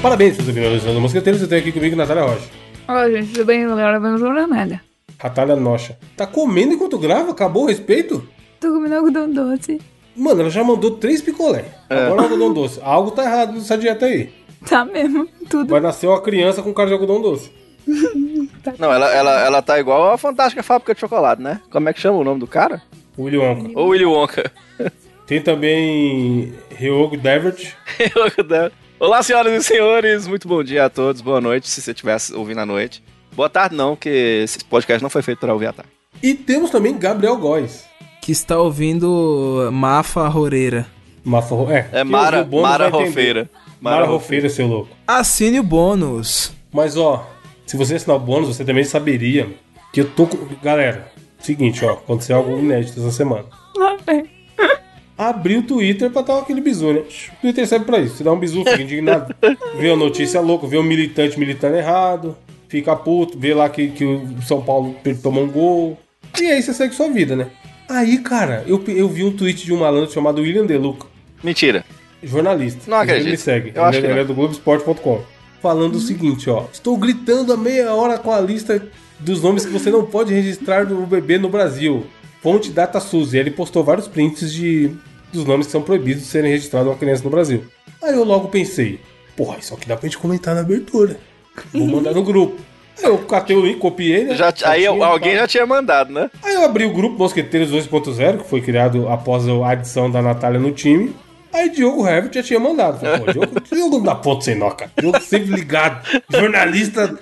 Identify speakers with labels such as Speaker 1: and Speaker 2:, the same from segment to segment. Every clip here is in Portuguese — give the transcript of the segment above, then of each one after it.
Speaker 1: Parabéns, seus ignorantes dos mosqueteiros. Eu tenho aqui comigo Natália Rocha.
Speaker 2: Olá, gente, tudo bem? Galera, vamos pra Amélia.
Speaker 1: Ratalha Nocha. Tá comendo enquanto grava? Acabou o respeito?
Speaker 2: Tô comendo algodão doce.
Speaker 1: Mano, ela já mandou três picolé. Agora o algodão doce. Algo tá errado nessa dieta aí.
Speaker 2: Tá mesmo, tudo.
Speaker 1: Vai nascer uma criança com cara de algodão doce.
Speaker 3: Não, ela, ela, ela tá igual a Fantástica Fábrica de Chocolate, né? Como é que chama o nome do cara?
Speaker 1: William Wonka.
Speaker 3: Ou Willy Wonka.
Speaker 1: Tem também Ryogo Devert.
Speaker 3: Eu, né? Olá, senhoras e senhores. Muito bom dia a todos. Boa noite, se você estiver ouvindo à noite. Boa tarde, não, que esse podcast não foi feito pra ouvir à tarde.
Speaker 1: E temos também Gabriel Góes.
Speaker 4: que está ouvindo Mafa Roreira.
Speaker 1: Mafa Ro- É,
Speaker 3: É
Speaker 1: quem
Speaker 3: Mara,
Speaker 1: ouviu o bônus
Speaker 3: Mara
Speaker 1: vai entender.
Speaker 3: Rofeira.
Speaker 1: Mara Rofeira, seu louco.
Speaker 4: Assine o bônus.
Speaker 1: Mas ó, se você assinar o bônus, você também saberia que eu tô com. Galera, seguinte, ó, aconteceu algo inédito essa semana.
Speaker 2: Lá vem.
Speaker 1: abrir o Twitter pra dar aquele bizu, né? O Twitter serve pra isso. Você dá um bizu, fica indignado. vê a notícia louca, vê o militante militando errado, fica puto, vê lá que, que o São Paulo per- tomou um gol. E aí você segue sua vida, né? Aí, cara, eu, pe- eu vi um tweet de um malandro chamado William Deluca,
Speaker 3: Mentira.
Speaker 1: jornalista.
Speaker 3: Não
Speaker 1: Inclusive,
Speaker 3: acredito.
Speaker 1: Ele me segue.
Speaker 3: Eu acho
Speaker 1: ele,
Speaker 3: que
Speaker 1: ele
Speaker 3: não.
Speaker 1: é do Globoesporte.com. Falando o seguinte, ó. Estou gritando a meia hora com a lista dos nomes que você não pode registrar do bebê no Brasil. Fonte Data SUS. E ele postou vários prints de, dos nomes que são proibidos de serem registrados a uma criança no Brasil. Aí eu logo pensei, porra, isso aqui dá pra gente comentar na abertura. Vou mandar no grupo. Aí eu catei o link, copiei, né?
Speaker 3: Já, aí
Speaker 1: Tinha,
Speaker 3: alguém
Speaker 1: tá.
Speaker 3: já tinha mandado, né?
Speaker 1: Aí eu abri o grupo Mosqueteiros 2.0, que foi criado após a adição da Natália no time. Aí Diogo Herbert já tinha mandado. Falei, Pô, Diogo, Diogo não dá ponto sem nó, cara. Diogo sempre ligado. Jornalista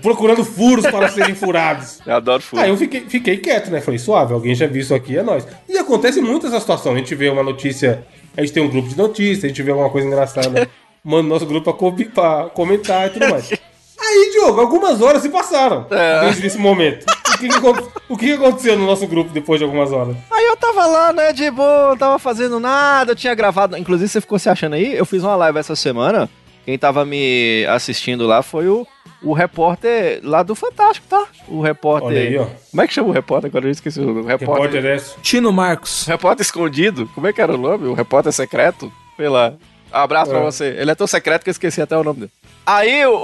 Speaker 1: procurando furos para serem furados.
Speaker 3: Ah, Eu adoro furo.
Speaker 1: Aí Ah, eu fiquei, fiquei quieto, né? Falei, suave, alguém já viu isso aqui, é nóis. E acontece muito essa situação. A gente vê uma notícia, a gente tem um grupo de notícias, a gente vê alguma coisa engraçada. Manda o nosso grupo pra, co- pra comentar e tudo mais. Aí, Diogo, algumas horas se passaram
Speaker 3: É.
Speaker 1: desde esse momento. O que, que acon- o que que aconteceu no nosso grupo depois de algumas horas?
Speaker 3: Aí eu tava lá, né, de boa, não tava fazendo nada, eu tinha gravado. Inclusive, você ficou se achando aí? Eu fiz uma live essa semana. Quem tava me assistindo lá foi o, o repórter lá do Fantástico, tá? O repórter.
Speaker 1: Olha aí, ó.
Speaker 3: Como é que chama o repórter? Agora eu esqueci o nome. Repórter.
Speaker 1: Repórter S.
Speaker 4: Tino Marcos.
Speaker 3: Um repórter escondido? Como é que era o nome? O repórter secreto? Sei lá. Abraço pra
Speaker 1: É.
Speaker 3: você. Ele é tão secreto que eu esqueci até o nome dele. Aí o.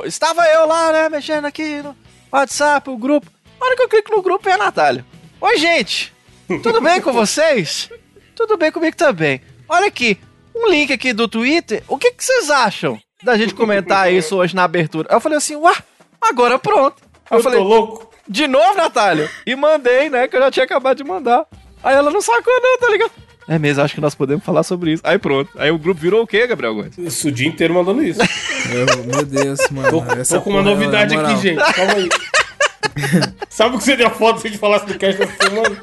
Speaker 3: o- Estava eu lá, né, mexendo aqui no WhatsApp, o grupo. A hora que eu clico no grupo é a Natália. Oi, gente! Tudo bem com vocês? Tudo bem comigo também. Olha aqui, um link aqui do Twitter. O que, que vocês acham da gente comentar isso hoje na abertura? Aí eu falei assim, uá, agora pronto. Aí
Speaker 1: Eu,
Speaker 3: eu falei,
Speaker 1: tô louco.
Speaker 3: de novo, Natália? E mandei, né? Que eu já tinha acabado de mandar. Aí ela não sacou, não, tá ligado? É mesmo, acho que nós podemos falar sobre isso. Aí pronto. Aí o grupo virou o quê, Gabriel Gomes?
Speaker 1: Isso, o dia inteiro mandando isso.
Speaker 4: Eu- meu Deus, mano.
Speaker 1: Tô, tô com uma
Speaker 4: porra,
Speaker 1: novidade
Speaker 4: na moral.
Speaker 1: aqui, gente. Calma aí. Sabe o que seria foda se a gente falasse do cast essa semana?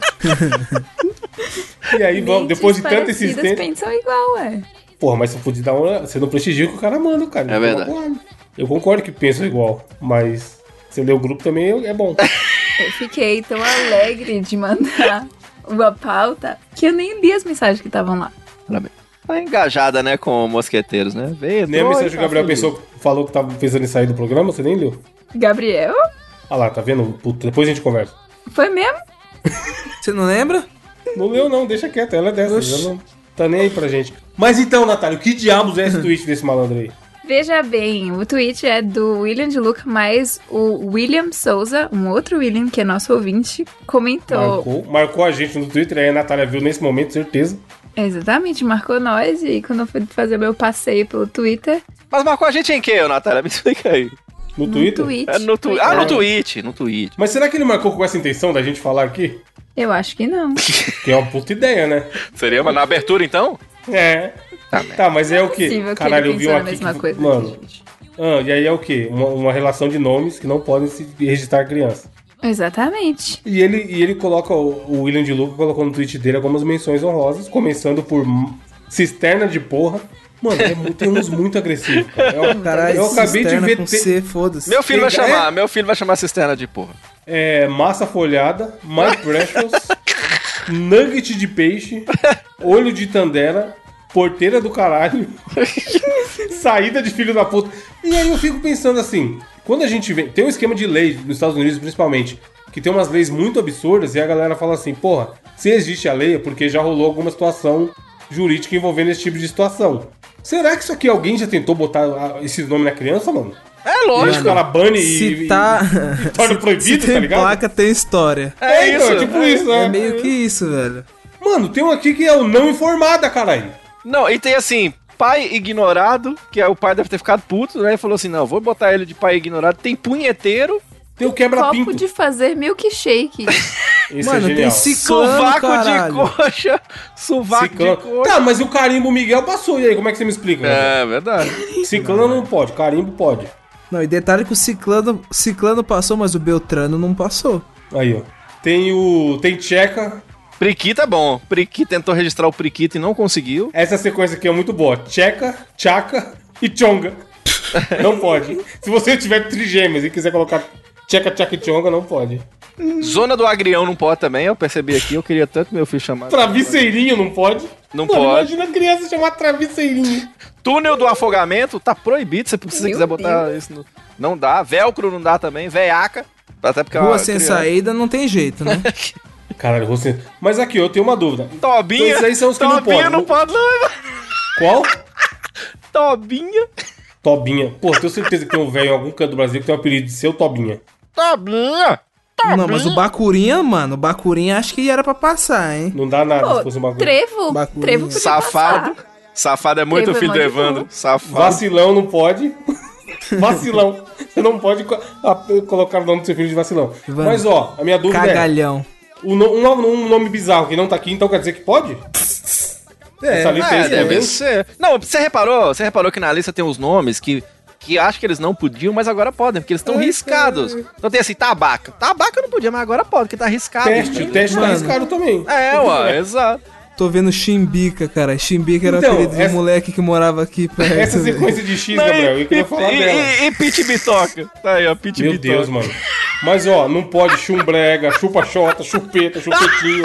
Speaker 1: e aí, vamos, depois de tanta
Speaker 2: Mentes parecidas
Speaker 1: insistência.
Speaker 2: pensam igual, ué.
Speaker 1: Porra, mas você podia dar uma. Você não prestigia o que o cara manda, cara.
Speaker 3: É
Speaker 1: Eu
Speaker 3: verdade.
Speaker 1: concordo. Eu concordo que pensam igual, mas você lê o grupo também é bom.
Speaker 2: Eu fiquei tão alegre de mandar uma pauta que eu nem li as mensagens que estavam lá.
Speaker 3: Parabéns. Tá engajada, né, com mosqueteiros, né? Veio,
Speaker 1: Nem a mensagem que o Gabriel pensou, falou que tava pensando em sair do programa, você nem leu.
Speaker 2: Gabriel?
Speaker 1: Ah lá, tá vendo? Puta, depois a gente conversa.
Speaker 2: Foi mesmo?
Speaker 4: Você não lembra?
Speaker 1: Não leu, não, deixa quieto. Ela é dessa, já não tá nem aí pra gente. Mas então, Natália, o que diabos é esse tweet desse malandro aí?
Speaker 2: Veja bem, o tweet é do William de Luca, mas o William Souza, um outro William que é nosso ouvinte, comentou.
Speaker 1: Marcou, marcou a gente no Twitter, aí a Natália viu nesse momento, certeza.
Speaker 2: Exatamente, marcou nós e quando eu fui fazer meu passeio pelo Twitter,
Speaker 3: Mas marcou a gente em quê, ô, Natália? Me explica aí.
Speaker 1: No,
Speaker 2: no
Speaker 1: Twitter.
Speaker 2: tweet.
Speaker 3: É no tu... Ah, no tweet, no tweet.
Speaker 1: Mas será que ele marcou com essa intenção da gente falar aqui?
Speaker 2: Eu acho que não.
Speaker 1: Que é uma puta ideia, né?
Speaker 3: Seria, mas na abertura, então?
Speaker 1: É.
Speaker 3: Tá, né?
Speaker 1: Tá, mas é o quê?
Speaker 2: Possível que
Speaker 1: Caralho,
Speaker 2: ele
Speaker 1: eu vi um
Speaker 2: pensou na
Speaker 1: aqui.
Speaker 2: mesma
Speaker 1: que-
Speaker 2: coisa.
Speaker 1: Mano,
Speaker 2: gente.
Speaker 1: ah, e aí é o quê? Uma, uma relação de nomes que não podem se registrar criança.
Speaker 2: Exatamente.
Speaker 1: E ele, e ele coloca, o o William de Luca colocou no tweet dele algumas menções honrosas, começando por m- cisterna de porra. Mano, é mu- tem uns muito agressivos, cara. É um Eu,
Speaker 4: Caralho,
Speaker 1: eu acabei de
Speaker 4: cisterna
Speaker 1: ver.
Speaker 4: com
Speaker 1: te-
Speaker 4: C, foda-se.
Speaker 3: Meu filho vai
Speaker 1: Pega-
Speaker 3: chamar, meu filho vai chamar cisterna de porra.
Speaker 1: é, massa folhada, My Precious, nugget de peixe, olho de tandera, porteira do caralho, saída de filho da puta. E aí eu fico pensando assim, quando a gente vê, tem um esquema de lei nos Estados Unidos principalmente, que tem umas leis muito absurdas e a galera fala assim, porra, se existe a lei é porque já rolou alguma situação jurídica envolvendo esse tipo de situação. Será que isso aqui alguém já tentou botar ah, esse nome na criança, mano?
Speaker 3: É
Speaker 1: Pode
Speaker 3: lógico.
Speaker 1: que ela bane e,
Speaker 4: Se
Speaker 1: e-
Speaker 4: tá.
Speaker 1: e torna
Speaker 4: Se
Speaker 1: proibido,
Speaker 4: tem
Speaker 1: tá ligado?
Speaker 4: placa, tem história.
Speaker 3: É
Speaker 1: então,
Speaker 3: isso.
Speaker 1: tipo isso, né?
Speaker 4: É meio que isso, velho.
Speaker 1: Mano, tem um aqui que é o não informada, caralho.
Speaker 3: Não, e tem assim, pai ignorado, que é, o pai deve ter ficado puto, né? E falou assim: não, vou botar ele de pai ignorado. Tem punheteiro,
Speaker 1: Tem o
Speaker 2: Copo
Speaker 1: quebra-pinto.
Speaker 2: de fazer milkshake.
Speaker 1: Esse
Speaker 4: Mano,
Speaker 1: é
Speaker 4: tem
Speaker 1: genial.
Speaker 4: ci- Ciclano,
Speaker 3: sovaco de
Speaker 4: caralho.
Speaker 3: coxa, sovaco
Speaker 1: Ciclano.
Speaker 3: de coxa.
Speaker 1: Tá, mas e o carimbo Miguel passou. E aí, como é que você me explica? É.
Speaker 3: É verdade.
Speaker 1: Ciclano não pode, carimbo pode.
Speaker 4: Não, e detalhe que o Ciclano, Ciclano passou, mas o Beltrano não passou.
Speaker 1: Aí, ó. Tem o. Tem Tcheca.
Speaker 3: Priquita é bom. Priquita tentou registrar o Priquita e não conseguiu.
Speaker 1: Essa sequência aqui é muito boa. Tcheca, Tchaca e Chonga. Não pode. Se você tiver trigêmeos e quiser colocar Tcheca, Tchaca e Chonga, não pode.
Speaker 3: Zona do Agrião não pode também, eu percebi aqui, eu queria tanto meu filho chamar.
Speaker 1: Travesseirinho não pode.
Speaker 3: Não
Speaker 1: Mano,
Speaker 3: pode.
Speaker 1: Imagina a criança chamar travesseirinho.
Speaker 3: Túnel do afogamento tá proibido, se você
Speaker 2: Meu
Speaker 3: quiser botar isso no... Não dá. Velcro não dá também, veiaca. Até
Speaker 1: Tá,
Speaker 3: porque é uma
Speaker 4: Rua sem
Speaker 3: criança.
Speaker 4: saída não tem jeito, né?
Speaker 1: Caralho, você. Mas aqui, eu tenho uma dúvida.
Speaker 3: Tobinha.
Speaker 1: Então, esses aí são os que não
Speaker 3: Tobinha
Speaker 1: podem.
Speaker 3: não pode. não.
Speaker 1: Qual?
Speaker 3: Tobinha.
Speaker 1: Tobinha. Pô, tenho certeza que tem um velho em algum canto do Brasil que tem o apelido de seu Tobinha.
Speaker 3: Tobinha. Tobinha.
Speaker 4: Não, mas o Bacurinha, mano, o Bacurinha acho que era pra passar, hein?
Speaker 1: Não dá nada se
Speaker 2: Pô,
Speaker 1: fosse um bagulho.
Speaker 2: trevo.
Speaker 4: Bacurinha.
Speaker 2: Trevo podia
Speaker 3: Safado.
Speaker 2: passar.
Speaker 3: Safado é muito
Speaker 2: Ele foi
Speaker 3: filho do
Speaker 2: mais de
Speaker 3: Evandro.
Speaker 2: boa.
Speaker 3: Safado.
Speaker 1: Vacilão não pode. vacilão. Você não pode co- a- colocar o nome do seu filho de vacilão.
Speaker 4: Vamos.
Speaker 1: Mas ó, a minha dúvida
Speaker 4: Cagalhão.
Speaker 1: é: o no- um, no- um nome bizarro que não tá aqui, então quer dizer que pode?
Speaker 4: É,
Speaker 1: Essa lista aí
Speaker 3: É,
Speaker 1: você
Speaker 3: deve
Speaker 1: viu?
Speaker 3: ser. Não, você reparou, você reparou que na lista tem uns nomes que, que eu acho que eles não podiam, mas agora podem, porque eles estão riscados. Então tem assim, tabaca. Tabaca não podia, mas agora pode, porque tá riscado.
Speaker 1: Teste, o teste tá
Speaker 4: Mano.
Speaker 1: arriscado também.
Speaker 3: É, ué, exato.
Speaker 4: Tô vendo Chimbica, cara. Chimbica era
Speaker 1: Então,
Speaker 4: o apelido
Speaker 1: essa-
Speaker 4: do moleque que morava aqui perto.
Speaker 1: Essa
Speaker 4: velho.
Speaker 1: sequência de X,
Speaker 3: Não,
Speaker 1: Gabriel,
Speaker 3: e,
Speaker 1: eu queria falar
Speaker 3: e,
Speaker 1: dela.
Speaker 3: e, e Pit Bitoca. Tá aí, ó, Pit
Speaker 1: Meu
Speaker 3: Bitoca.
Speaker 1: Deus, mano. Mas ó, não pode chumbrega, chupa-chota, chupeta, chupetinha.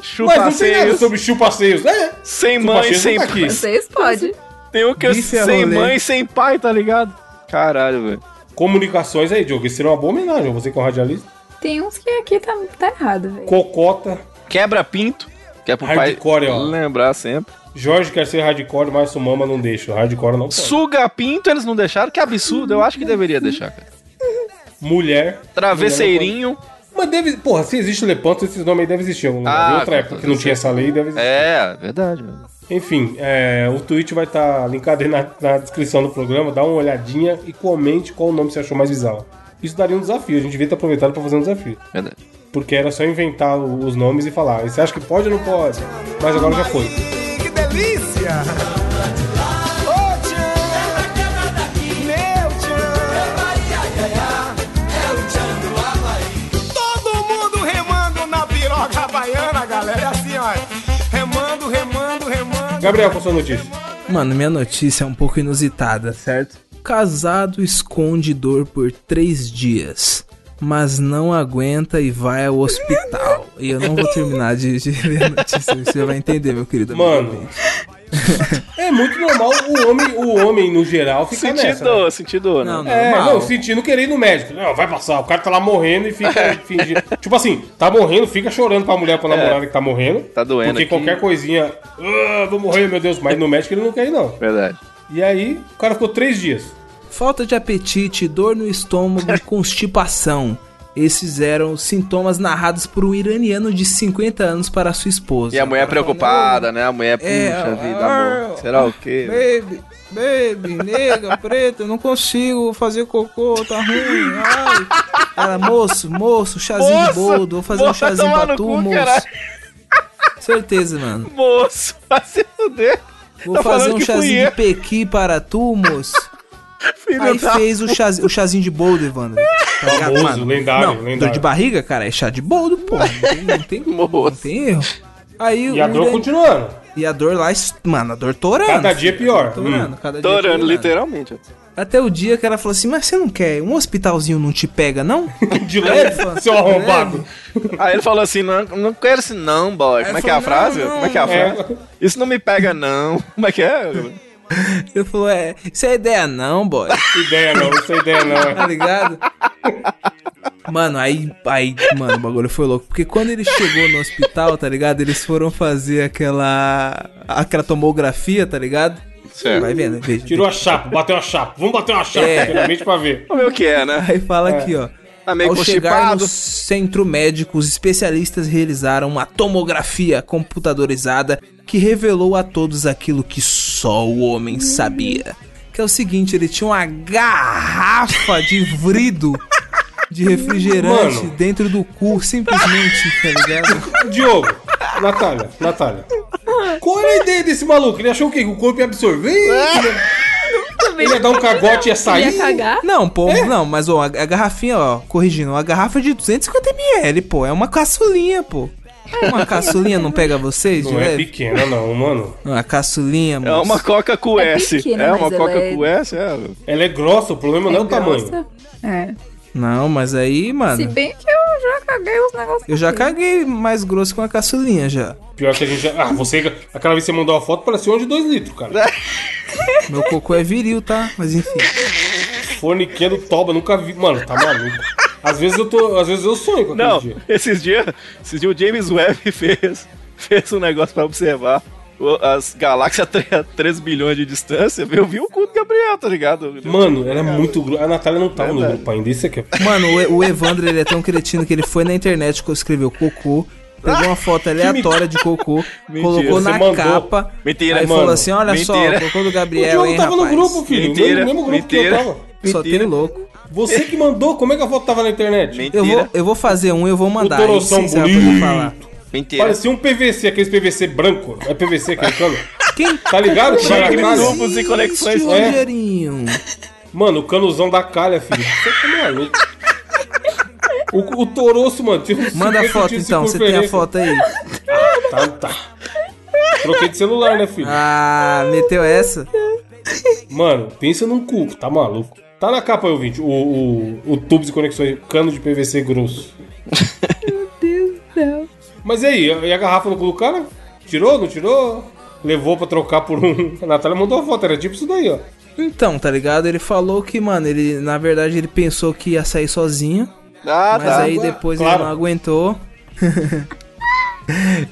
Speaker 3: Chupa
Speaker 1: Mas não tem nada
Speaker 3: seios,
Speaker 1: sobre chupa-seios. É,
Speaker 3: sem
Speaker 1: chupa
Speaker 3: mãe,
Speaker 1: seios
Speaker 3: sem
Speaker 1: não tá
Speaker 3: pai.
Speaker 1: aqui.
Speaker 2: Vocês podem.
Speaker 3: Tem o que eu
Speaker 4: Bife é
Speaker 3: sem
Speaker 4: rolê.
Speaker 3: mãe, sem pai, tá ligado? Caralho, velho.
Speaker 1: Comunicações aí, Diogo. Isso seria uma boa homenagem. Você que é um radialista.
Speaker 2: Tem uns que aqui tá, tá errado, velho.
Speaker 1: Cocota.
Speaker 3: Quebra pinto. Que é pro pai
Speaker 1: Hardcore, ó.
Speaker 3: lembrar sempre.
Speaker 1: Jorge quer ser hardcore, mas Sumama não deixa. Hardcore não pode.
Speaker 3: Suga pinto, eles não deixaram. Que absurdo, eu acho que deveria deixar, cara.
Speaker 1: Mulher.
Speaker 3: Travesseirinho.
Speaker 1: Mas deve. Porra, se existe o Lepanto, esses nomes aí devem existir. em Algum
Speaker 3: Ah,
Speaker 1: lugar. Em outra
Speaker 3: com
Speaker 1: época que
Speaker 3: certeza.
Speaker 1: não tinha essa lei, deve existir.
Speaker 3: É, verdade. mano.
Speaker 1: Enfim, é, o tweet vai estar linkado aí na, na descrição do programa. Dá uma olhadinha e comente qual o nome você achou mais bizarro. Isso daria um desafio. A gente devia ter aproveitado pra fazer um desafio.
Speaker 4: É
Speaker 3: Verdade.
Speaker 1: Porque era só inventar o- os nomes e falar. E Você acha que pode ou não pode? Mas agora já foi.
Speaker 5: Que delícia! Ô, tchan! Meu tchan! Todo mundo remando na piroca baiana, galera. É assim, ó. Remando, remando, remando.
Speaker 1: Gabriel, qual a sua notícia?
Speaker 4: Mano, minha notícia é um pouco inusitada, certo? Casado esconde dor por três dias, mas não aguenta e vai ao hospital. e eu não vou terminar de, de ler a notícia, você vai entender, meu querido. amigo.
Speaker 1: Mano. É muito normal o homem, o homem no geral, ficar
Speaker 3: Senti
Speaker 1: nessa. né?
Speaker 3: dor, senti dor, né?
Speaker 4: Não, não.
Speaker 1: É,
Speaker 4: Normal.
Speaker 1: não, sentindo querer ir no médico. Não, vai passar. O cara tá lá morrendo e fica fingindo. Tipo assim, tá morrendo, fica chorando pra mulher, pra namorada que tá morrendo.
Speaker 3: É. Tá doendo
Speaker 1: Porque
Speaker 3: aqui.
Speaker 1: qualquer coisinha, "Ah, vou morrer, meu Deus. Mas no médico ele não quer ir, não.
Speaker 3: Verdade.
Speaker 1: E aí, o cara ficou três dias.
Speaker 4: Falta de apetite, dor no estômago e constipação. Esses eram os sintomas narrados por um iraniano de 50 anos para sua esposa.
Speaker 3: E a mulher preocupada, né? A mulher, puxa
Speaker 4: É,
Speaker 3: vida,
Speaker 4: ah,
Speaker 3: amor. Será o quê?
Speaker 4: Baby, baby, nega, preta, eu não consigo fazer cocô, tá ruim. Ai. Ela, moço, moço, chazinho de boldo, vou fazer um
Speaker 3: moço, vai
Speaker 4: chazinho
Speaker 3: tomar
Speaker 4: pra
Speaker 3: no
Speaker 4: tu,
Speaker 3: cu,
Speaker 4: moço.
Speaker 3: caralho.
Speaker 4: Certeza, mano.
Speaker 3: Moço, vai se fuder.
Speaker 4: Vou
Speaker 3: Tá
Speaker 4: fazer
Speaker 3: falando
Speaker 4: um
Speaker 3: que fui
Speaker 4: chazinho
Speaker 3: eu.
Speaker 4: de pequi para tu, moço.
Speaker 3: Filho
Speaker 4: Aí
Speaker 3: da-
Speaker 4: fez o, chazi- o chazinho de boldo, Evandro. Tá ligado,
Speaker 1: Famoso,
Speaker 4: mano?
Speaker 1: lendário,
Speaker 4: não, Dor de
Speaker 1: lendário.
Speaker 4: barriga, cara, é chá de boldo, pô. Não tem, não tem, não
Speaker 3: Moço.
Speaker 4: tem erro. Aí
Speaker 1: E a
Speaker 4: o
Speaker 1: dor
Speaker 4: Irã-
Speaker 1: continuando.
Speaker 4: e a dor lá, es- mano, a dor torando.
Speaker 1: Cada dia é
Speaker 4: filho, a dor
Speaker 1: pior.
Speaker 4: Torando,
Speaker 1: Hum.
Speaker 4: cada dia é
Speaker 3: Torando,
Speaker 4: torando.
Speaker 3: literalmente.
Speaker 4: Até o dia que ela falou assim, mas você não quer? Um hospitalzinho não te pega, não?
Speaker 1: De leve, seu arrombado.
Speaker 3: Aí ele falou assim: não, não quero isso, não, boy. Como é que é a
Speaker 4: falou,
Speaker 3: frase?
Speaker 4: não,
Speaker 3: Como é que é a
Speaker 1: É.
Speaker 3: frase? Isso não me pega, não. Como é que é?
Speaker 4: Ele falou, é, isso é ideia não, boy,
Speaker 1: Ideia não, não sei ideia não. é.
Speaker 4: tá ligado? Mano, aí, aí, mano, o bagulho foi louco. Porque quando ele chegou no hospital, tá ligado? Eles foram fazer aquela. aquela tomografia, tá ligado?
Speaker 3: Certo.
Speaker 4: Vai vendo, veja.
Speaker 1: Tirou a chapa, bateu a chapa. Vamos bater uma chapa,
Speaker 4: É.
Speaker 1: primeiramente, pra ver.
Speaker 3: Vamos ver o que é, né?
Speaker 4: Aí fala aqui, ó.
Speaker 3: Tá meio
Speaker 4: Ao chegar
Speaker 3: constipado.
Speaker 4: no centro médico, os especialistas realizaram uma tomografia computadorizada que revelou a todos aquilo que só o homem sabia. Que é o seguinte, ele tinha uma garrafa de vrido de refrigerante
Speaker 1: Mano.
Speaker 4: dentro do cu, simplesmente, tá ligado?
Speaker 1: Diogo, Natália, Natália. Qual era a ideia desse maluco? Ele achou o quê? Que o corpo ia absorver? Ele ia dar um cagote e ia
Speaker 2: É. Ia
Speaker 1: sair?
Speaker 2: cagar?
Speaker 4: Não, pô,
Speaker 3: É.
Speaker 4: não, mas ó, a, a garrafinha, ó, corrigindo, uma garrafa é de 250ml, pô, é uma caçulinha, pô. Uma caçulinha não pega vocês, de
Speaker 1: Não é
Speaker 4: leve?
Speaker 1: pequena, não, mano.
Speaker 4: Uma caçulinha,
Speaker 3: É
Speaker 4: mano.
Speaker 3: uma coca com
Speaker 2: É
Speaker 3: S.
Speaker 2: pequena,
Speaker 3: é
Speaker 2: mas
Speaker 3: uma
Speaker 2: ela
Speaker 3: coca
Speaker 2: é-
Speaker 3: com S, é.
Speaker 1: Ela é grossa, o problema não é o tamanho.
Speaker 2: grossa. É.
Speaker 4: Não, mas aí, mano.
Speaker 2: Se bem que eu já caguei os negócios.
Speaker 4: Eu já
Speaker 2: aqui.
Speaker 4: caguei mais grosso com a caçulinha já.
Speaker 1: Pior que a gente já... Ah, você... Aquela vez que você mandou a foto, parecia um de dois litros, cara.
Speaker 4: Meu cocô é viril, tá? Mas enfim.
Speaker 1: Forniqueiro toba, nunca vi... Mano, tá maluco. Às vezes eu tô... Às vezes eu sonho com aquele
Speaker 3: Não,
Speaker 1: dia.
Speaker 3: esses dias, esses dias o James Webb fez, fez um negócio pra observar o- as galáxias a tre- a 3 bilhões de distância. Eu vi o cu do Gabriel, tá ligado?
Speaker 1: Mano, era muito... gro- A Natália não tava no
Speaker 3: Verdade.
Speaker 1: grupo ainda, isso aqui é...
Speaker 4: Mano, o, E- o Evandro, ele é tão cretino que ele foi na internet que escreveu cocô, pegou uma foto aleatória de cocô,
Speaker 3: Mentira,
Speaker 4: colocou
Speaker 1: você
Speaker 4: na
Speaker 1: mandou.
Speaker 4: capa.
Speaker 3: Mentira,
Speaker 4: aí
Speaker 1: mano.
Speaker 4: falou assim: olha
Speaker 3: Mentira.
Speaker 4: só, cocô do
Speaker 1: O
Speaker 4: Gabriel,
Speaker 1: Diogo
Speaker 4: hein,
Speaker 1: tava
Speaker 4: rapaz.
Speaker 1: no grupo, filho.
Speaker 3: Mentira,
Speaker 1: no mesmo grupo
Speaker 3: mentira.
Speaker 1: que eu tava.
Speaker 4: Só tem
Speaker 3: Mentira.
Speaker 4: louco.
Speaker 1: Você que mandou, como é que a foto tava na internet?
Speaker 4: Eu vou,
Speaker 3: Mentira,
Speaker 4: eu vou fazer um, eu vou mandar. aí
Speaker 1: Toroção
Speaker 4: vocês sabem o que eu vou falar.
Speaker 3: mentira.
Speaker 1: Parecia um PVC, aqueles PVC branco. É PVC aquele cano?
Speaker 4: Quem
Speaker 1: Tá ligado? Que
Speaker 3: Tinha
Speaker 1: vai na
Speaker 3: aqueles
Speaker 1: calha.
Speaker 3: grupos e conexões.
Speaker 4: Existe,
Speaker 1: é.
Speaker 4: Rogerinho?
Speaker 1: Mano, o canuzão da calha, filho. Você tá maluco. O, o Toroço, mano. tinha uns
Speaker 4: Manda a
Speaker 1: 50
Speaker 4: foto
Speaker 1: tiros de
Speaker 4: então, você tem a
Speaker 1: circunferência.
Speaker 4: foto aí.
Speaker 1: Tá, tá. Troquei de celular, né, filho?
Speaker 4: Ah, meteu essa?
Speaker 1: Mano, pensa num cu, tá maluco. Tá na capa aí, ouvinte, o, o, o tubo de conexões, cano de PVC grosso.
Speaker 2: Deus do céu.
Speaker 1: Mas e aí, e a garrafa no cu do cara? Tirou, não tirou? Levou pra trocar por um. A Natália mandou a foto, era tipo isso daí, ó.
Speaker 4: Então, tá ligado? Ele falou que, mano, ele na verdade ele pensou que ia sair sozinho,
Speaker 3: Ah,
Speaker 4: mas
Speaker 3: tá.
Speaker 4: aí depois
Speaker 1: Claro.
Speaker 4: ele não aguentou.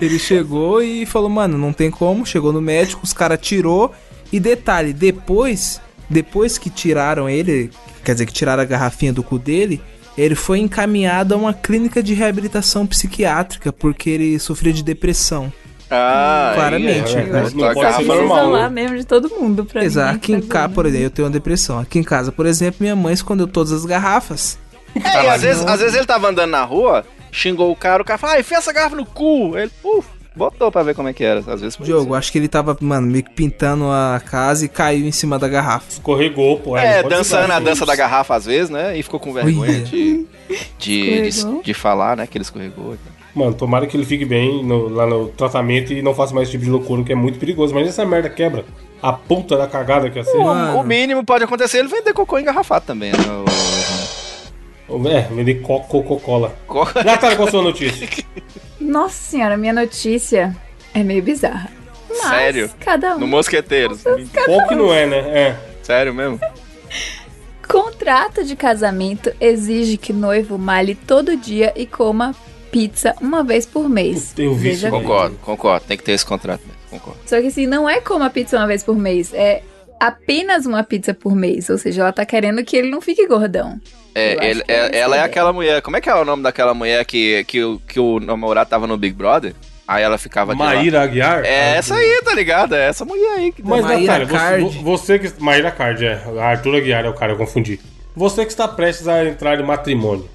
Speaker 4: ele chegou e falou, mano, não tem como. Chegou no médico, os caras tirou. E detalhe, depois, depois que tiraram ele, quer dizer, que tiraram a garrafinha do cu dele, ele foi encaminhado a uma clínica de reabilitação psiquiátrica porque ele sofria de depressão.
Speaker 3: Ah,
Speaker 4: Claramente,
Speaker 3: aí,
Speaker 1: né?
Speaker 3: aí,
Speaker 1: Não
Speaker 3: tá
Speaker 1: pode
Speaker 3: garrafa
Speaker 1: ser
Speaker 3: no
Speaker 1: normal. né?
Speaker 3: mal.
Speaker 2: Precisam lá mesmo de todo mundo pra mim,
Speaker 4: Exato. Aqui em
Speaker 2: fazer,
Speaker 4: cá,
Speaker 2: né?
Speaker 4: por exemplo, eu tenho uma depressão. Aqui em casa, por exemplo, minha mãe escondeu todas as garrafas.
Speaker 3: É, e às vezes, às vezes ele tava andando na rua, xingou o cara, o cara falou, ah, enfia essa garrafa no cu. Ele, puf, botou pra ver como é que era. Às vezes foi
Speaker 4: Diogo, é. acho que ele tava, mano, meio que pintando a casa e caiu em cima da garrafa.
Speaker 1: Escorregou, pô.
Speaker 3: isso.
Speaker 1: não
Speaker 3: É,
Speaker 1: pode
Speaker 3: dançando
Speaker 1: usar,
Speaker 3: a
Speaker 1: né?
Speaker 3: dança da garrafa às vezes, né? E ficou com vergonha
Speaker 4: Ui.
Speaker 3: de, de, de,
Speaker 2: Escorregou.
Speaker 3: de falar, né? Que ele escorregou.
Speaker 1: Mano, tomara que ele fique bem no- lá no tratamento e não faça mais esse tipo de loucura, que é muito perigoso. Mas essa merda quebra. A puta da cagada que é assim. ia ser.
Speaker 4: Mano.
Speaker 3: O mínimo pode acontecer ele vender cocô engarrafado também. Né?
Speaker 1: É, vender co- Coca-Cola.
Speaker 3: O- co-
Speaker 1: Natália, qual a sua notícia?
Speaker 2: Nossa senhora, minha notícia é meio bizarra. Mas
Speaker 3: Sério?
Speaker 2: Cada um
Speaker 3: No Mosqueteiros.
Speaker 1: Qual que não é, né? É.
Speaker 3: Sério mesmo?
Speaker 2: Contrato de casamento exige que noivo malhe todo dia e coma pizza uma vez por mês.
Speaker 1: Puta, eu vi
Speaker 2: Veja
Speaker 1: isso,
Speaker 2: bem.
Speaker 3: Concordo, concordo. Tem que ter esse contrato mesmo. Concordo.
Speaker 2: Só que assim, não é coma pizza uma vez por mês, é apenas uma pizza por mês. Ou seja, ela tá querendo que ele não fique gordão. Eu
Speaker 3: É,
Speaker 2: acho
Speaker 3: ele-
Speaker 2: que é
Speaker 3: é-
Speaker 2: isso
Speaker 3: ela é
Speaker 2: também.
Speaker 3: aquela mulher. Como é que é o nome daquela mulher que, que, o- que o namorado tava no Big Brother? Aí ela ficava de lá.
Speaker 1: Maíra Aguiar?
Speaker 3: É essa aí, tá ligado? É essa mulher aí. Que
Speaker 1: Mas,
Speaker 4: Maíra
Speaker 1: Natália, você,
Speaker 4: Card.
Speaker 1: vo- você que. Maíra Card, é. Arthur Aguiar é o cara, eu confundi. Você que está prestes a entrar em matrimônio.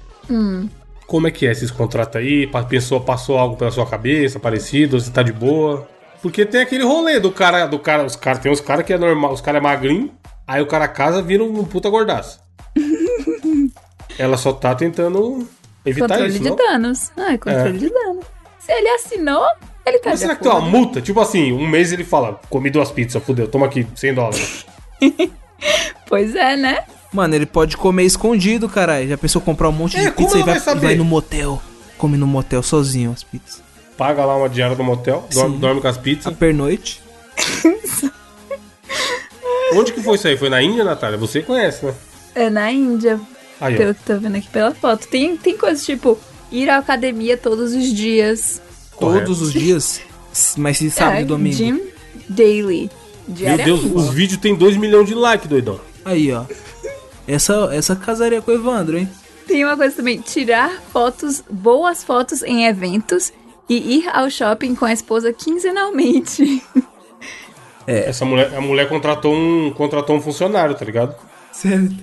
Speaker 1: Como é que é esses contratos aí? Pa- Pensou, passou algo pela sua cabeça, parecido? Você tá de boa? Porque tem aquele rolê do cara, do cara, os cara, tem uns caras que é normal, os caras é magrinho, aí o cara casa vira um puta gordaço. Ela só tá tentando evitar
Speaker 2: controle
Speaker 1: tá isso,
Speaker 2: de
Speaker 1: não?
Speaker 2: danos. Ah, é controle de danos. Se ele assinou, ele tá
Speaker 1: Mas
Speaker 2: de
Speaker 1: será que tem uma
Speaker 2: acordo.
Speaker 1: multa? Tipo assim, um mês ele fala, comi duas pizzas, fudeu, toma aqui, 100 dólares.
Speaker 2: Pois é, né?
Speaker 4: Mano, ele pode comer escondido, caralho. Já pensou comprar um monte
Speaker 1: É,
Speaker 4: de
Speaker 1: como
Speaker 4: pizza e
Speaker 1: ela
Speaker 4: vai,
Speaker 1: vai saber?
Speaker 4: e vai no motel. Come no motel sozinho as pizzas.
Speaker 1: Paga lá uma diária do motel, dorme,
Speaker 4: Sim.
Speaker 1: dorme com as
Speaker 4: A
Speaker 1: pizzas.
Speaker 4: pernoite.
Speaker 1: Onde que foi isso aí? Foi na Índia, Natália? Você conhece, né?
Speaker 2: É na Índia,
Speaker 1: Aí, ó.
Speaker 2: pelo que tô vendo aqui pela foto. Tem, tem coisas tipo ir à academia todos os dias.
Speaker 1: Correto.
Speaker 2: É,
Speaker 4: Todos os dias. Mas se sábado e domingo.
Speaker 2: Jim Daily.
Speaker 1: Meu Deus, os vídeos tem 2 milhões de likes, doidão.
Speaker 4: Aí, ó. Essa, essa casaria com o Evandro, hein?
Speaker 2: Tem uma coisa também, tirar fotos, boas fotos em eventos e ir ao shopping com a esposa quinzenalmente.
Speaker 1: Essa mulher, a mulher contratou um, contratou um funcionário, tá ligado?
Speaker 4: CLT.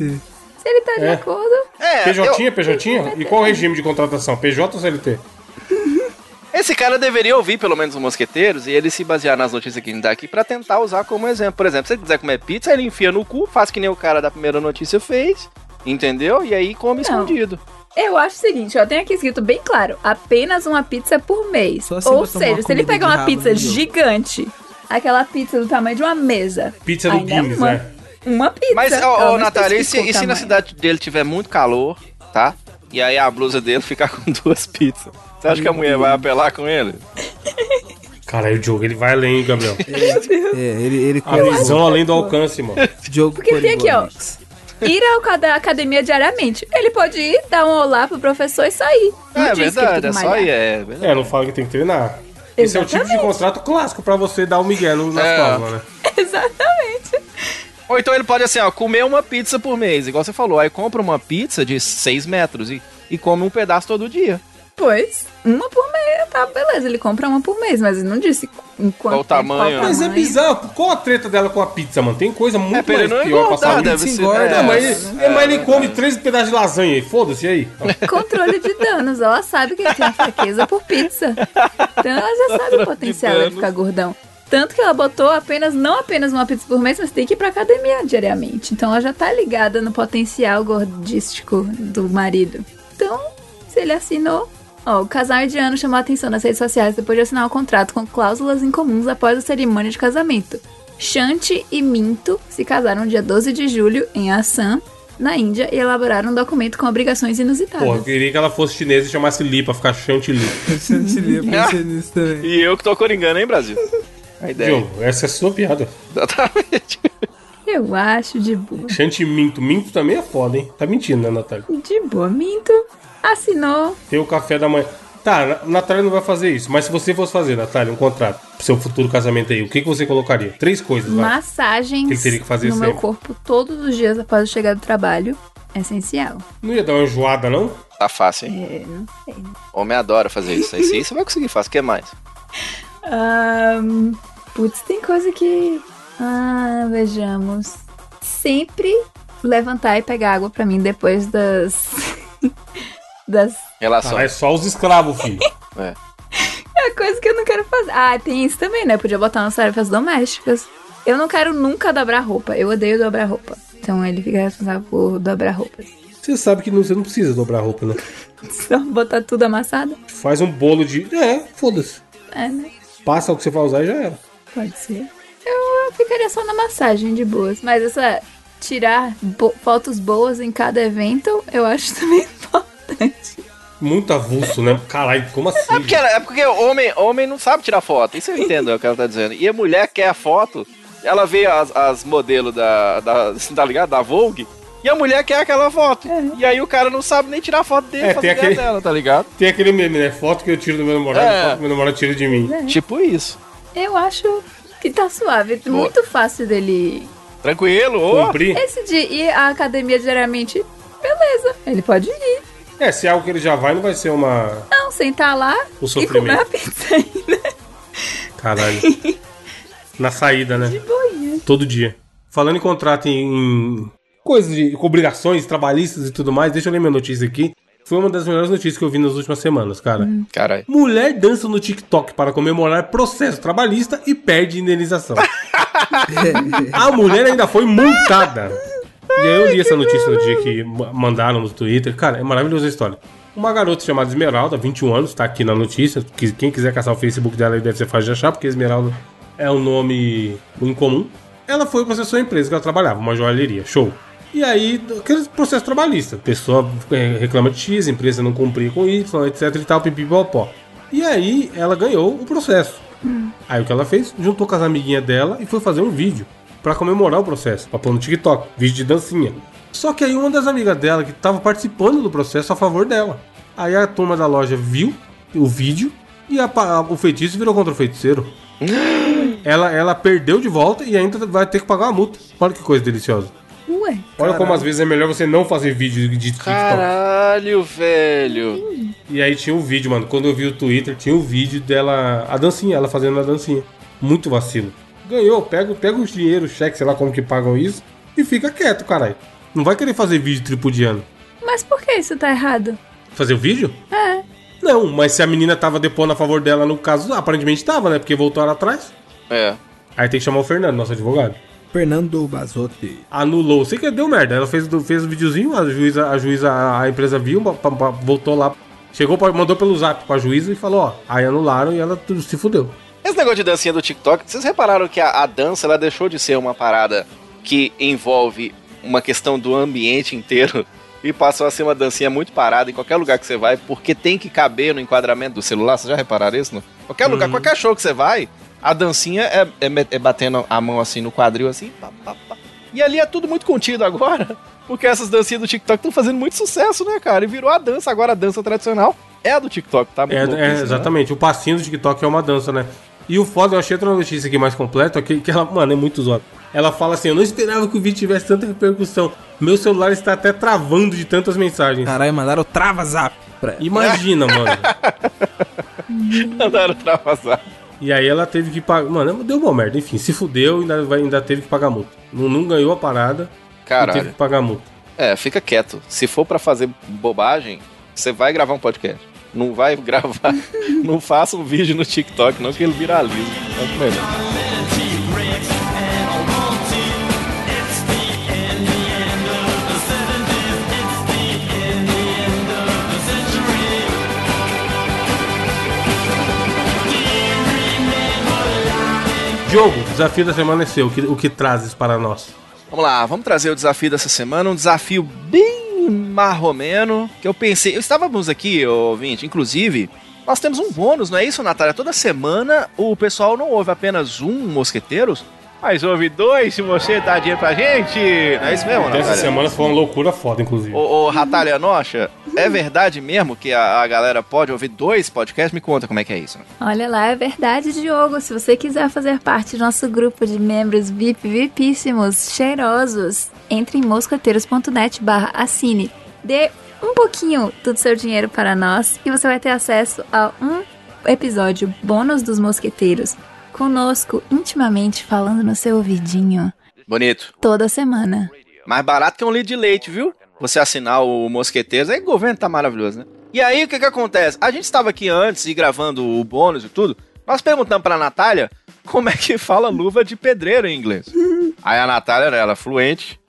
Speaker 2: Se ele tá de
Speaker 1: É.
Speaker 2: acordo,
Speaker 3: É,
Speaker 1: PJ,
Speaker 3: eu-
Speaker 1: PJ? E qual o regime de contratação? PJ ou CLT?
Speaker 3: esse cara deveria ouvir pelo menos os mosqueteiros e ele se basear nas notícias que a gente dá aqui pra tentar usar como exemplo. Por exemplo, se ele quiser comer pizza, ele enfia no cu, faz que nem o cara da primeira notícia fez, entendeu? E aí come
Speaker 2: Não.
Speaker 3: escondido.
Speaker 2: eu acho o seguinte, ó, tem aqui escrito bem claro, apenas uma pizza por mês.
Speaker 4: Só se
Speaker 2: Ou
Speaker 4: botar uma
Speaker 2: seja, se ele
Speaker 4: comida
Speaker 2: pegar
Speaker 4: de
Speaker 2: uma
Speaker 4: rabo no
Speaker 2: pizza
Speaker 4: jogo.
Speaker 2: gigante, aquela pizza do tamanho de uma mesa,
Speaker 1: Pizza do
Speaker 2: Ainda é
Speaker 1: Guinness,
Speaker 2: uma-
Speaker 1: né?
Speaker 2: é uma pizza.
Speaker 3: Mas,
Speaker 2: ela
Speaker 3: ó, ó,
Speaker 2: não
Speaker 3: Natália, e se,
Speaker 2: especificou
Speaker 3: e se
Speaker 2: o
Speaker 3: na
Speaker 2: tamanho.
Speaker 3: cidade dele tiver muito calor, tá? E aí a blusa dele ficar com duas pizzas. Você acha que a mulher vai apelar com ele?
Speaker 1: Cara, aí o Diogo, ele vai além, hein, Gabriel.
Speaker 4: É, ele, ele
Speaker 1: A visão além do alcance, mano.
Speaker 4: Diogo
Speaker 2: Porque tem aqui, ó.
Speaker 4: Corigones.
Speaker 2: Ir ao cada academia diariamente. Ele pode ir, dar um olá pro professor e sair. Não
Speaker 3: é
Speaker 2: tinha escrito
Speaker 3: verdade, é só
Speaker 2: malhar.
Speaker 3: aí, é verdade.
Speaker 1: É, não fala que tem que treinar. Esse é o tipo de
Speaker 2: Exatamente.
Speaker 1: contrato clássico pra você dar o Miguel no- nas
Speaker 3: É.
Speaker 1: cláusulas, né?
Speaker 2: Exatamente.
Speaker 3: Ou então ele pode, assim, ó, comer uma pizza por mês, igual você falou. Aí compra uma pizza de 6 metros e, e come um pedaço todo dia.
Speaker 2: Pois, uma por mês, tá, beleza. Ele compra uma por mês, mas ele não disse em quanto.
Speaker 3: Qual o tamanho, né?
Speaker 1: Mas é bizarro. Qual a treta dela com a pizza, mano? Tem coisa muito
Speaker 3: É, pra ele
Speaker 1: mais
Speaker 3: não
Speaker 1: pior pra
Speaker 3: engordar,
Speaker 1: saúde.
Speaker 3: deve
Speaker 4: pizza
Speaker 3: ser.
Speaker 4: engorda,
Speaker 3: é,
Speaker 1: né? Mas, ele- mas ele come três pedaços de lasanha aí. Foda-se, e aí? Tá,
Speaker 2: Controle de danos. Ela sabe que ele tem uma fraqueza por pizza. Então ela já sabe o potencial de
Speaker 3: danos.
Speaker 2: ficar gordão. Tanto que ela botou apenas, não apenas uma pizza por mês, mas tem que ir pra academia diariamente. Então ela já tá ligada no potencial gordístico do marido. Então, se ele assinou. Ó, o casal indiano chamou a atenção nas redes sociais depois de assinar um contrato com cláusulas incomuns após a cerimônia de casamento. Shanti e Minto se casaram dia 12 de julho em Assam, na Índia, e elaboraram um documento com obrigações inusitadas.
Speaker 1: Porra, eu queria que ela fosse chinesa e chamasse Li pra ficar chantilly.
Speaker 4: Eu pensei nisso também.
Speaker 3: E eu que tô coringando, hein, Brasil? A ideia.
Speaker 1: Diogo, essa é a sua piada.
Speaker 3: Exatamente.
Speaker 2: Eu acho de boa.
Speaker 1: Chante Minto. Minto também é foda, hein? Tá mentindo, né, Natália?
Speaker 2: De boa, Minto. Assinou.
Speaker 1: Tem o café da manhã. Tá, Na- Natália não vai fazer isso, mas se você fosse fazer, Natália, um contrato pro seu futuro casamento aí, o que, que você colocaria? Três coisas, vai.
Speaker 2: Massagens
Speaker 1: Ele teria que fazer
Speaker 2: no meu
Speaker 1: sempre.
Speaker 2: corpo todos os dias após eu chegar do trabalho. É essencial.
Speaker 1: Não ia dar uma enjoada, não?
Speaker 3: Tá fácil, hein?
Speaker 2: É, não sei.
Speaker 3: Homem adora fazer isso. Aí sim, você vai conseguir fazer. O que mais?
Speaker 2: Ahn, putz, tem coisa que. Ah, vejamos. Sempre levantar e pegar água pra mim depois das. das.
Speaker 3: Relação.
Speaker 1: Ah, é só os escravos, filho.
Speaker 2: É coisa que eu não quero fazer. Ah, tem isso também, né? Podia botar nas tarefas domésticas. Eu não quero nunca dobrar roupa. Eu odeio dobrar roupa. Então ele fica responsável por dobrar roupa.
Speaker 1: Você sabe que não- você não precisa dobrar roupa, né?
Speaker 2: Só botar tudo amassado?
Speaker 1: Faz um bolo de. É, foda-se.
Speaker 2: É, né?
Speaker 1: Passa o que você vai usar e já era.
Speaker 2: Pode ser. Eu ficaria só na massagem de boas. Mas essa. Tirar bo- fotos boas em cada evento, eu acho também importante.
Speaker 1: Muito avulso, né? Caralho, como assim?
Speaker 3: É porque, ela- é porque homem, homem não sabe tirar foto. Isso eu entendo, é o que ela tá dizendo. E a mulher quer a foto, ela vê as, as modelos da, da. Tá ligado? Da Vogue. E a mulher quer aquela foto.
Speaker 2: É, né?
Speaker 3: E aí o cara não sabe nem tirar foto dele,
Speaker 1: É,
Speaker 3: fazer
Speaker 1: tem
Speaker 3: ideia
Speaker 1: aquele-
Speaker 3: dela, tá ligado?
Speaker 1: Tem aquele meme, né? Foto que eu tiro do meu namorado,
Speaker 3: É.
Speaker 1: foto que meu namorado tira de mim.
Speaker 2: É, né?
Speaker 3: Tipo isso.
Speaker 2: Eu acho que tá suave.
Speaker 3: Boa.
Speaker 2: Muito fácil dele.
Speaker 3: Tranquilo, ô.
Speaker 1: Cumprir.
Speaker 2: Esse de ir à academia diariamente, beleza. Ele pode ir.
Speaker 1: É, se é algo que ele já vai, não vai ser uma.
Speaker 2: Não, sentar lá
Speaker 1: O
Speaker 2: e comer
Speaker 1: sofrimento.
Speaker 2: a pizza ainda.
Speaker 1: Caralho. Na saída, né?
Speaker 2: De boinha.
Speaker 1: Todo dia. Falando em contrato em, em coisas de com obrigações trabalhistas e tudo mais, deixa eu ler minha notícia aqui. Foi uma das melhores notícias que eu vi nas últimas semanas, cara.
Speaker 3: Caralho.
Speaker 1: Mulher dança no TikTok para comemorar processo trabalhista e perde indenização. A mulher ainda foi multada. E aí eu li essa notícia no dia que ma- mandaram no Twitter. Cara, é maravilhosa a história. Uma garota chamada Esmeralda, 21 anos, tá aqui na notícia. Que- Quem quiser caçar o Facebook dela aí deve ser fácil de achar, porque Esmeralda é um nome incomum. Ela foi processou a empresa que ela trabalhava, uma joalheria, show. E aí, aquele processo trabalhista. A pessoa eh, reclama de X, a empresa não cumpria com Y, etc e tal, pipipopó. E aí, ela ganhou o processo. Aí o que ela fez? Juntou com as amiguinhas dela e foi fazer um vídeo pra comemorar o processo, pra pôr no TikTok, vídeo de dancinha. Só que aí uma das amigas dela que tava participando do processo a favor dela. Aí a turma da loja viu o vídeo e a pa- o feitiço virou contra o feiticeiro. ela, ela perdeu de volta e ainda vai ter que pagar uma multa. Olha que coisa deliciosa.
Speaker 2: Ué,
Speaker 1: Olha como às vezes é melhor você não fazer vídeo de TikTok.
Speaker 3: Caralho, velho.
Speaker 1: E aí tinha um vídeo, mano. Quando eu vi o Twitter, tinha um vídeo dela. A dancinha, ela fazendo a dancinha. Muito vacilo. Ganhou, pega, pega os dinheiro, o cheque, sei lá como que pagam isso, e fica quieto, caralho. Não vai querer fazer vídeo tripudiano.
Speaker 2: mas por que isso tá errado?
Speaker 1: Fazer o vídeo?
Speaker 2: É,
Speaker 1: Não, mas se a menina tava depondo a favor dela no caso, aparentemente tava, né? Porque voltaram atrás.
Speaker 3: É.
Speaker 1: Aí tem que chamar o Fernando, nosso advogado.
Speaker 4: Fernando Basotti.
Speaker 1: Anulou. Sei que deu merda. Ela fez, fez o videozinho, a juíza, a juíza, a empresa viu, pa- pa- voltou lá. Chegou, pra- mandou pelo zap pra juíza e falou, ó, aí anularam e ela tu- se fudeu.
Speaker 3: Esse negócio de dancinha do TikTok, vocês repararam que a, a dança ela deixou de ser uma parada que envolve uma questão do ambiente inteiro e passou a ser uma dancinha muito parada em qualquer lugar que você vai, porque tem que caber no enquadramento do celular. Vocês já repararam isso? Não? Qualquer lugar,
Speaker 1: Uhum.
Speaker 3: qualquer show que você vai, a dancinha é, é me- é batendo a mão assim no quadril, assim, pá, pá, pá. E ali é tudo muito contido agora, porque essas dancinhas do TikTok estão fazendo muito sucesso, né, cara? E virou a dança, agora a dança tradicional é a do TikTok, tá? Muito
Speaker 1: É,
Speaker 3: louco
Speaker 1: é,
Speaker 3: isso, né?
Speaker 1: exatamente. O passinho do TikTok é uma dança, né? E o foda, eu achei outra notícia aqui mais completa, que, que ela, mano, é muito zoado. Ela fala assim: Eu não esperava que o vídeo tivesse tanta repercussão. Meu celular está até travando de tantas mensagens.
Speaker 4: Caralho, mandaram trava zap pra ela.
Speaker 1: Imagina, mano.
Speaker 3: Mandaram travasar.
Speaker 1: E aí ela teve que pagar. Mano, deu uma merda. Enfim, se fudeu e ainda, vai- ainda teve que pagar multa. Não, não ganhou a parada e teve
Speaker 3: Caralho.
Speaker 1: que pagar multa.
Speaker 3: É, fica quieto. Se for pra fazer bobagem, você vai gravar um podcast. Não vai gravar, não faça um vídeo no TikTok, não que ele viralize. É o melhor.
Speaker 1: Diogo, o desafio da semana é seu. O que, o que trazes para nós?
Speaker 3: Vamos lá, vamos trazer o desafio dessa semana, um desafio bem marromeno, que eu pensei, eu estávamos aqui, ô ouvinte, inclusive, nós temos um bônus, não é isso, Natália? Toda semana o pessoal não ouve apenas um Mosqueteiros, mas ouve dois se você dá dinheiro pra gente. Não é isso mesmo, Natália?
Speaker 1: Essa semana foi uma loucura foda, inclusive.
Speaker 3: Ô, ô Ratalha Nocha, é verdade mesmo que a, a galera pode ouvir dois podcasts? Me conta como é que é isso. né?
Speaker 2: Olha lá, é verdade, Diogo. Se você quiser fazer parte do nosso grupo de membros VIP, VIPíssimos, cheirosos, entre em mosqueteiros.net barra assine. Dê um pouquinho do seu dinheiro para nós e você vai ter acesso a um episódio bônus dos mosqueteiros conosco, intimamente falando no seu ouvidinho,
Speaker 3: Bonito.
Speaker 2: toda semana.
Speaker 3: Mais barato que um litro de leite, viu? Você assinar o Mosqueteiros, aí o governo tá maravilhoso, né? E aí, o que que acontece? A gente estava aqui antes e gravando o bônus e tudo, nós perguntamos pra Natália como é que fala luva de pedreiro em inglês. Aí a Natália, né, ela é fluente,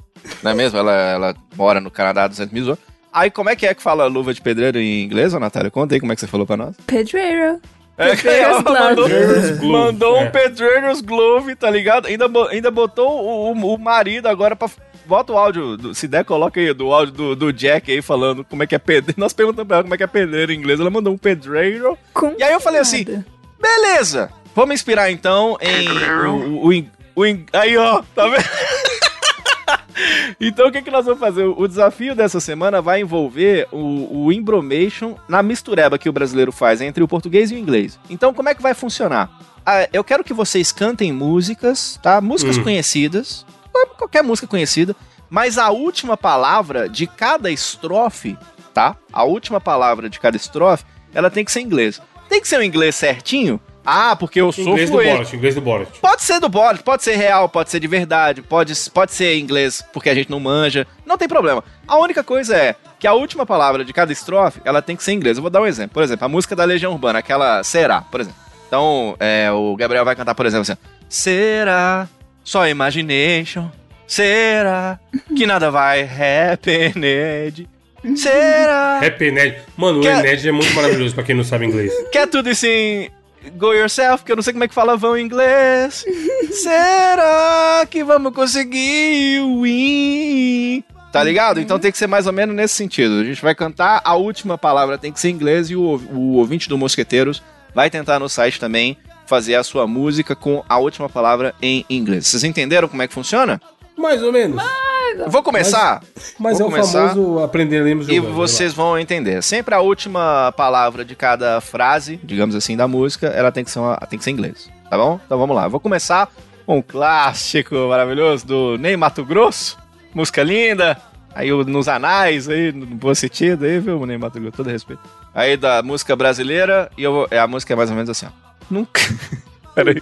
Speaker 3: não é mesmo? Ela, ela mora no Canadá há 200 mil anos. Aí, como é que é que fala luva de pedreiro em inglês, ô Natália? Conta aí como é que você falou pra nós.
Speaker 2: Pedreiro.
Speaker 3: É, que ela
Speaker 2: Pedreiros Glove.
Speaker 3: mandou,
Speaker 1: Pedreiros Glove,
Speaker 3: mandou
Speaker 1: é.
Speaker 3: um Pedreiros Glove, tá ligado? Ainda, bo- ainda botou o, o- o marido agora pra. Bota o áudio, do- se der, coloca aí do áudio do, do Jack aí falando como é que é pedreiro. Nós perguntamos pra ela como é que é pedreiro em inglês, ela mandou um pedreiro.
Speaker 2: Com
Speaker 3: E aí eu falei assim,
Speaker 2: nada.
Speaker 3: Beleza! Vamos inspirar então em. O, o, in- o in- aí, ó, tá vendo? então o que, que nós vamos fazer? O desafio dessa semana vai envolver o, o embromation na mistureba que o brasileiro faz entre o português e o inglês. Então, como é que vai funcionar? Ah, eu quero que vocês cantem músicas, tá? Músicas
Speaker 1: Hum.
Speaker 3: conhecidas, qual- é qualquer música conhecida, mas a última palavra de cada estrofe, tá? A última palavra de cada estrofe, ela tem que ser em inglês. Tem que ser um inglês certinho? Ah, porque eu sou
Speaker 1: Inglês do
Speaker 3: fluente.
Speaker 1: Borat, inglês do Borat.
Speaker 3: Pode ser do Boris, pode ser real, pode ser de verdade, pode, pode ser em inglês porque a gente não manja, não tem problema. A única coisa é que a última palavra de cada estrofe, ela tem que ser em inglês. Eu vou dar um exemplo. Por exemplo, a música da Legião Urbana, aquela Será, por exemplo. Então, é, o Gabriel vai cantar, por exemplo, assim, Será, só imagination, será que nada vai happen, será...
Speaker 1: Happy Nerd. Mano,
Speaker 3: Que-
Speaker 1: o Nerd é muito maravilhoso pra quem não sabe inglês.
Speaker 3: Quer tudo isso em Go Yourself, que eu não sei como é que fala vão em inglês. Será que vamos conseguir o win? Tá ligado? Então tem que ser mais ou menos nesse sentido. A gente vai cantar, a última palavra tem que ser em inglês e o, ouv- o ouvinte do Mosqueteiros vai tentar no site também fazer a sua música com a última palavra em inglês. Vocês entenderam como é que funciona?
Speaker 1: Mais ou menos.
Speaker 2: legal.
Speaker 3: Vou começar
Speaker 1: Mas
Speaker 3: Vou
Speaker 1: é o
Speaker 3: começar.
Speaker 1: famoso aprenderemos
Speaker 3: e
Speaker 1: jogando. vai lá.
Speaker 3: vocês vão entender. Sempre a última palavra de cada frase, digamos assim, da música, ela tem que ser, uma- tem que ser em inglês, tá bom? Então vamos lá. Vou começar com um clássico maravilhoso do Ney Mato Grosso, música linda. Aí o- nos anais, aí, no bom sentido, aí, viu, Ney Mato Grosso, todo respeito. Aí da música brasileira, e eu vou- é, a música é mais ou menos assim, ó. Nunca. Peraí.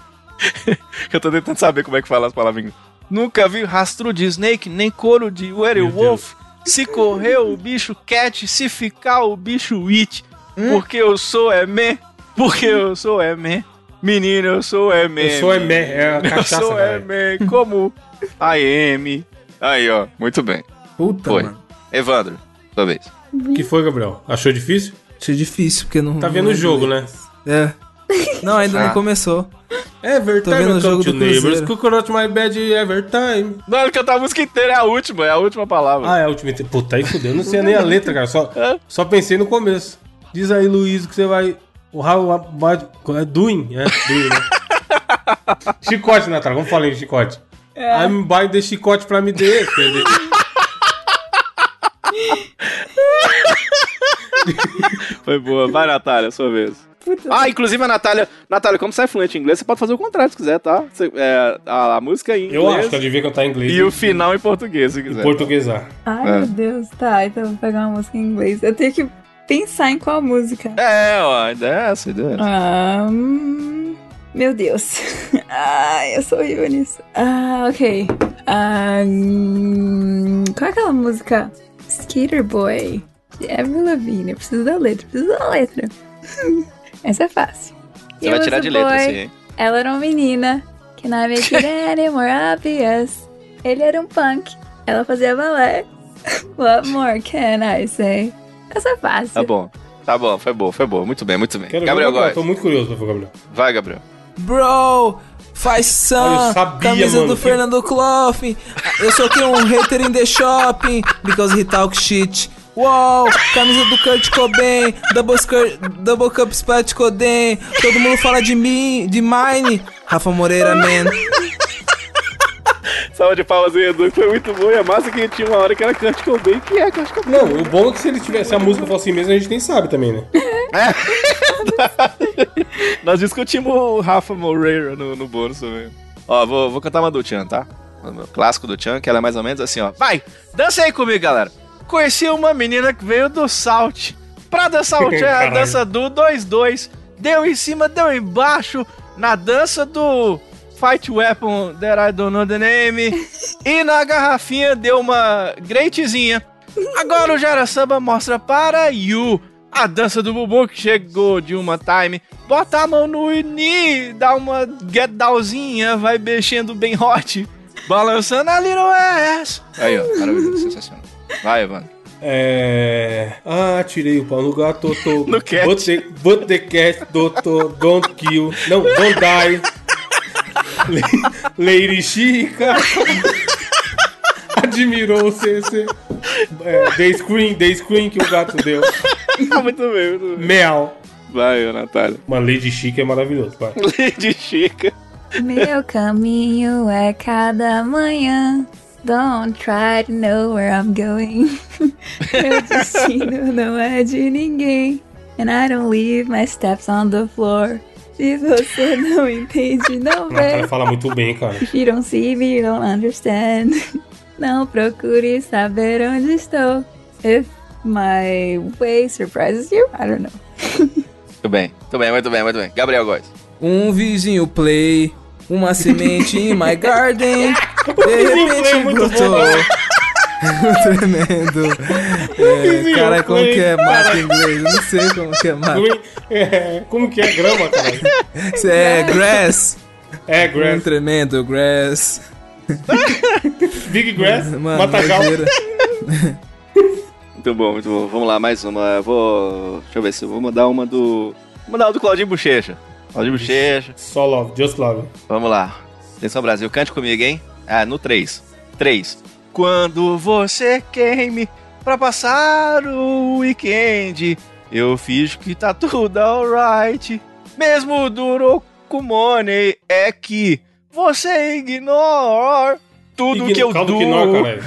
Speaker 3: eu tô tentando saber como é que fala as palavras em inglês. Nunca vi rastro de snake, nem couro de werewolf. Se correr o bicho cat, se ficar o bicho it.
Speaker 1: Hum?
Speaker 3: Porque eu sou é me, porque eu sou é me. Menino, eu sou é me.
Speaker 1: Eu sou é me, é a
Speaker 3: Eu
Speaker 1: cachaça,
Speaker 3: sou é
Speaker 1: velho.
Speaker 3: me, como I am. Aí, ó, muito bem.
Speaker 4: Puta,
Speaker 3: Foi.
Speaker 4: mano.
Speaker 3: Evandro, sua vez.
Speaker 1: que foi, Gabriel? Achou difícil?
Speaker 4: Achei difícil, porque não.
Speaker 1: Tá
Speaker 4: não
Speaker 1: vendo o
Speaker 4: lembro.
Speaker 1: jogo, né?
Speaker 4: É. Não, ainda
Speaker 3: Ah.
Speaker 4: não começou.
Speaker 1: É Evertime,
Speaker 4: vendo o
Speaker 1: welcome
Speaker 4: jogo
Speaker 1: to
Speaker 4: do
Speaker 1: neighbors,
Speaker 4: Cruzeiro.
Speaker 1: coconut my bad, evertime.
Speaker 3: Na hora que eu tava a música inteira, é a última, é a última palavra.
Speaker 1: Ah, é a última... inte- Puta, aí fudeu, eu não sei nem a letra, cara, só, só pensei no começo. Diz aí, Luiz, que você vai... O Raul... É doing, é doing, né? chicote, Natália, vamos falar em chicote.
Speaker 4: É.
Speaker 1: I'm buying the chicote pra me defender.
Speaker 3: Foi boa. Vai, Natália, sua vez.
Speaker 2: Puta.
Speaker 3: Ah, inclusive a Natália. Natália, como você é fluente em inglês, você pode fazer o contrário se quiser, tá? Você- é, a, a música em
Speaker 1: Eu acho
Speaker 3: inglês
Speaker 1: que eu devia cantar em inglês.
Speaker 3: e o final em português, se quiser.
Speaker 1: Portuguesar.
Speaker 2: Ai,
Speaker 3: É.
Speaker 2: meu Deus. Tá, então eu vou pegar uma música em inglês. Eu tenho que pensar em qual música.
Speaker 3: É, ó, a ideia é essa, a ideia é essa.
Speaker 2: Ah, hum, meu Deus. Ai, eu sou horrível nisso. Ah, ok. Ah, hum, qual é aquela música? Skater Boy. de Avril Lavigne. Eu preciso da letra, eu preciso da letra. Hum, Essa é fácil.
Speaker 3: Você vai tirar de letra assim. isso aí, hein?
Speaker 2: Ela era uma menina. Can I make it any more obvious? Ele era um punk. Ela fazia balé. What more can I say? Essa é fácil.
Speaker 3: Tá bom. Tá bom, foi boa, foi boa. Muito bem, muito bem.
Speaker 1: Quero
Speaker 3: Gabriel
Speaker 1: ver, Gabriel.
Speaker 3: Góes.
Speaker 1: Tô muito curioso pra ver, Gabriel.
Speaker 3: Vai, Gabriel.
Speaker 4: Bro, faz
Speaker 1: Ah, eu
Speaker 4: sun,
Speaker 1: sabia,
Speaker 4: camisa
Speaker 1: mano,
Speaker 4: do
Speaker 1: que-
Speaker 4: Fernando Clough. Eu sou que um hater in the shopping, because he talk shit. Uou, camisa do Kurt Cobain, double, skirt, double cup splat Coden. Todo mundo fala de mim, de mine. Rafa Moreira, man.
Speaker 3: Salva de palmas aí, Edu. Foi muito bom. E a massa que tinha uma hora que era Kurt Cobain, que é Kurt Cobain.
Speaker 1: Não, o bom é que se ele tivesse a música fosse assim mesmo, a gente nem sabe também, né?
Speaker 3: Nós discutimos o Rafa Moreira no, no bônus também. Ó, vou, vou cantar uma do Chan, tá? O meu clássico do Chan, que ela é mais ou menos assim, ó. Vai, dança aí comigo, galera. Conheci uma menina que veio do Salt. Pra dançar o Chan, é a
Speaker 1: Caralho.
Speaker 3: dança do 2-2. Deu em cima, deu embaixo. Na dança do Fight Weapon That I Don't Know The Name. E na garrafinha deu uma greitezinha. Agora o Jara Samba mostra para Yu a dança do bumbum que chegou de uma time. Bota a mão no ini, dá uma get downzinha, vai mexendo bem hot. Balançando a little ass. Aí, ó, maravilhoso, sensacional. Vai, Evandro.
Speaker 1: É. Ah, tirei o pau no gato, tô.
Speaker 3: No cat.
Speaker 1: But the, but the cat, doutor, don't kill. Não, don't die. Le- Lady Chica. Admirou o CC. É, the screen, the screen que o gato deu.
Speaker 3: Ah, muito bem, muito bem.
Speaker 1: Meow.
Speaker 3: Vai, ô, Natália.
Speaker 1: Mano, Lady Chica é maravilhoso, vai.
Speaker 3: Lady Chica.
Speaker 2: Meu caminho é cada manhã. Don't try to know where I'm going. Meu destino não é de ninguém. And I don't leave my steps on the floor. Se você não entende, não vê.
Speaker 1: Natália fala muito bem, cara.
Speaker 2: If you don't see me, you don't understand. Não procure saber onde estou. If my way surprises you, I don't know.
Speaker 3: Muito bem, muito bem, muito bem, muito bem. Gabriel Góes.
Speaker 4: Um vizinho play, uma semente in my garden. De
Speaker 1: play é
Speaker 4: repente
Speaker 1: muito
Speaker 4: brotou. Tremendo. É,
Speaker 1: Um vizinho
Speaker 4: cara, como
Speaker 1: play. Um
Speaker 4: que é mata em inglês? Eu não sei como que é mata.
Speaker 1: Green- é, como que é grama, cara?
Speaker 4: Isso é grass.
Speaker 1: É,
Speaker 4: Um
Speaker 1: grass.
Speaker 4: tremendo grass.
Speaker 1: Big grass,
Speaker 4: Mano,
Speaker 1: matagal.
Speaker 4: doideira.
Speaker 3: Muito bom, muito bom. Vamos lá, mais uma. Eu Vou. Deixa eu ver se eu vou mandar uma do. Vou mandar uma do Claudinho Bochecha. Claudinho Bochecha.
Speaker 1: Só love, just love.
Speaker 3: Vamos lá. Atenção, Brasil. Cante comigo, hein? Ah, no 3. 3. Quando você queime pra passar o weekend, eu fiz que tá tudo alright. Mesmo duro com money, é que você ignora tudo
Speaker 1: Igno-
Speaker 3: que eu
Speaker 1: caldo
Speaker 3: dou.
Speaker 1: Quinó, caralho.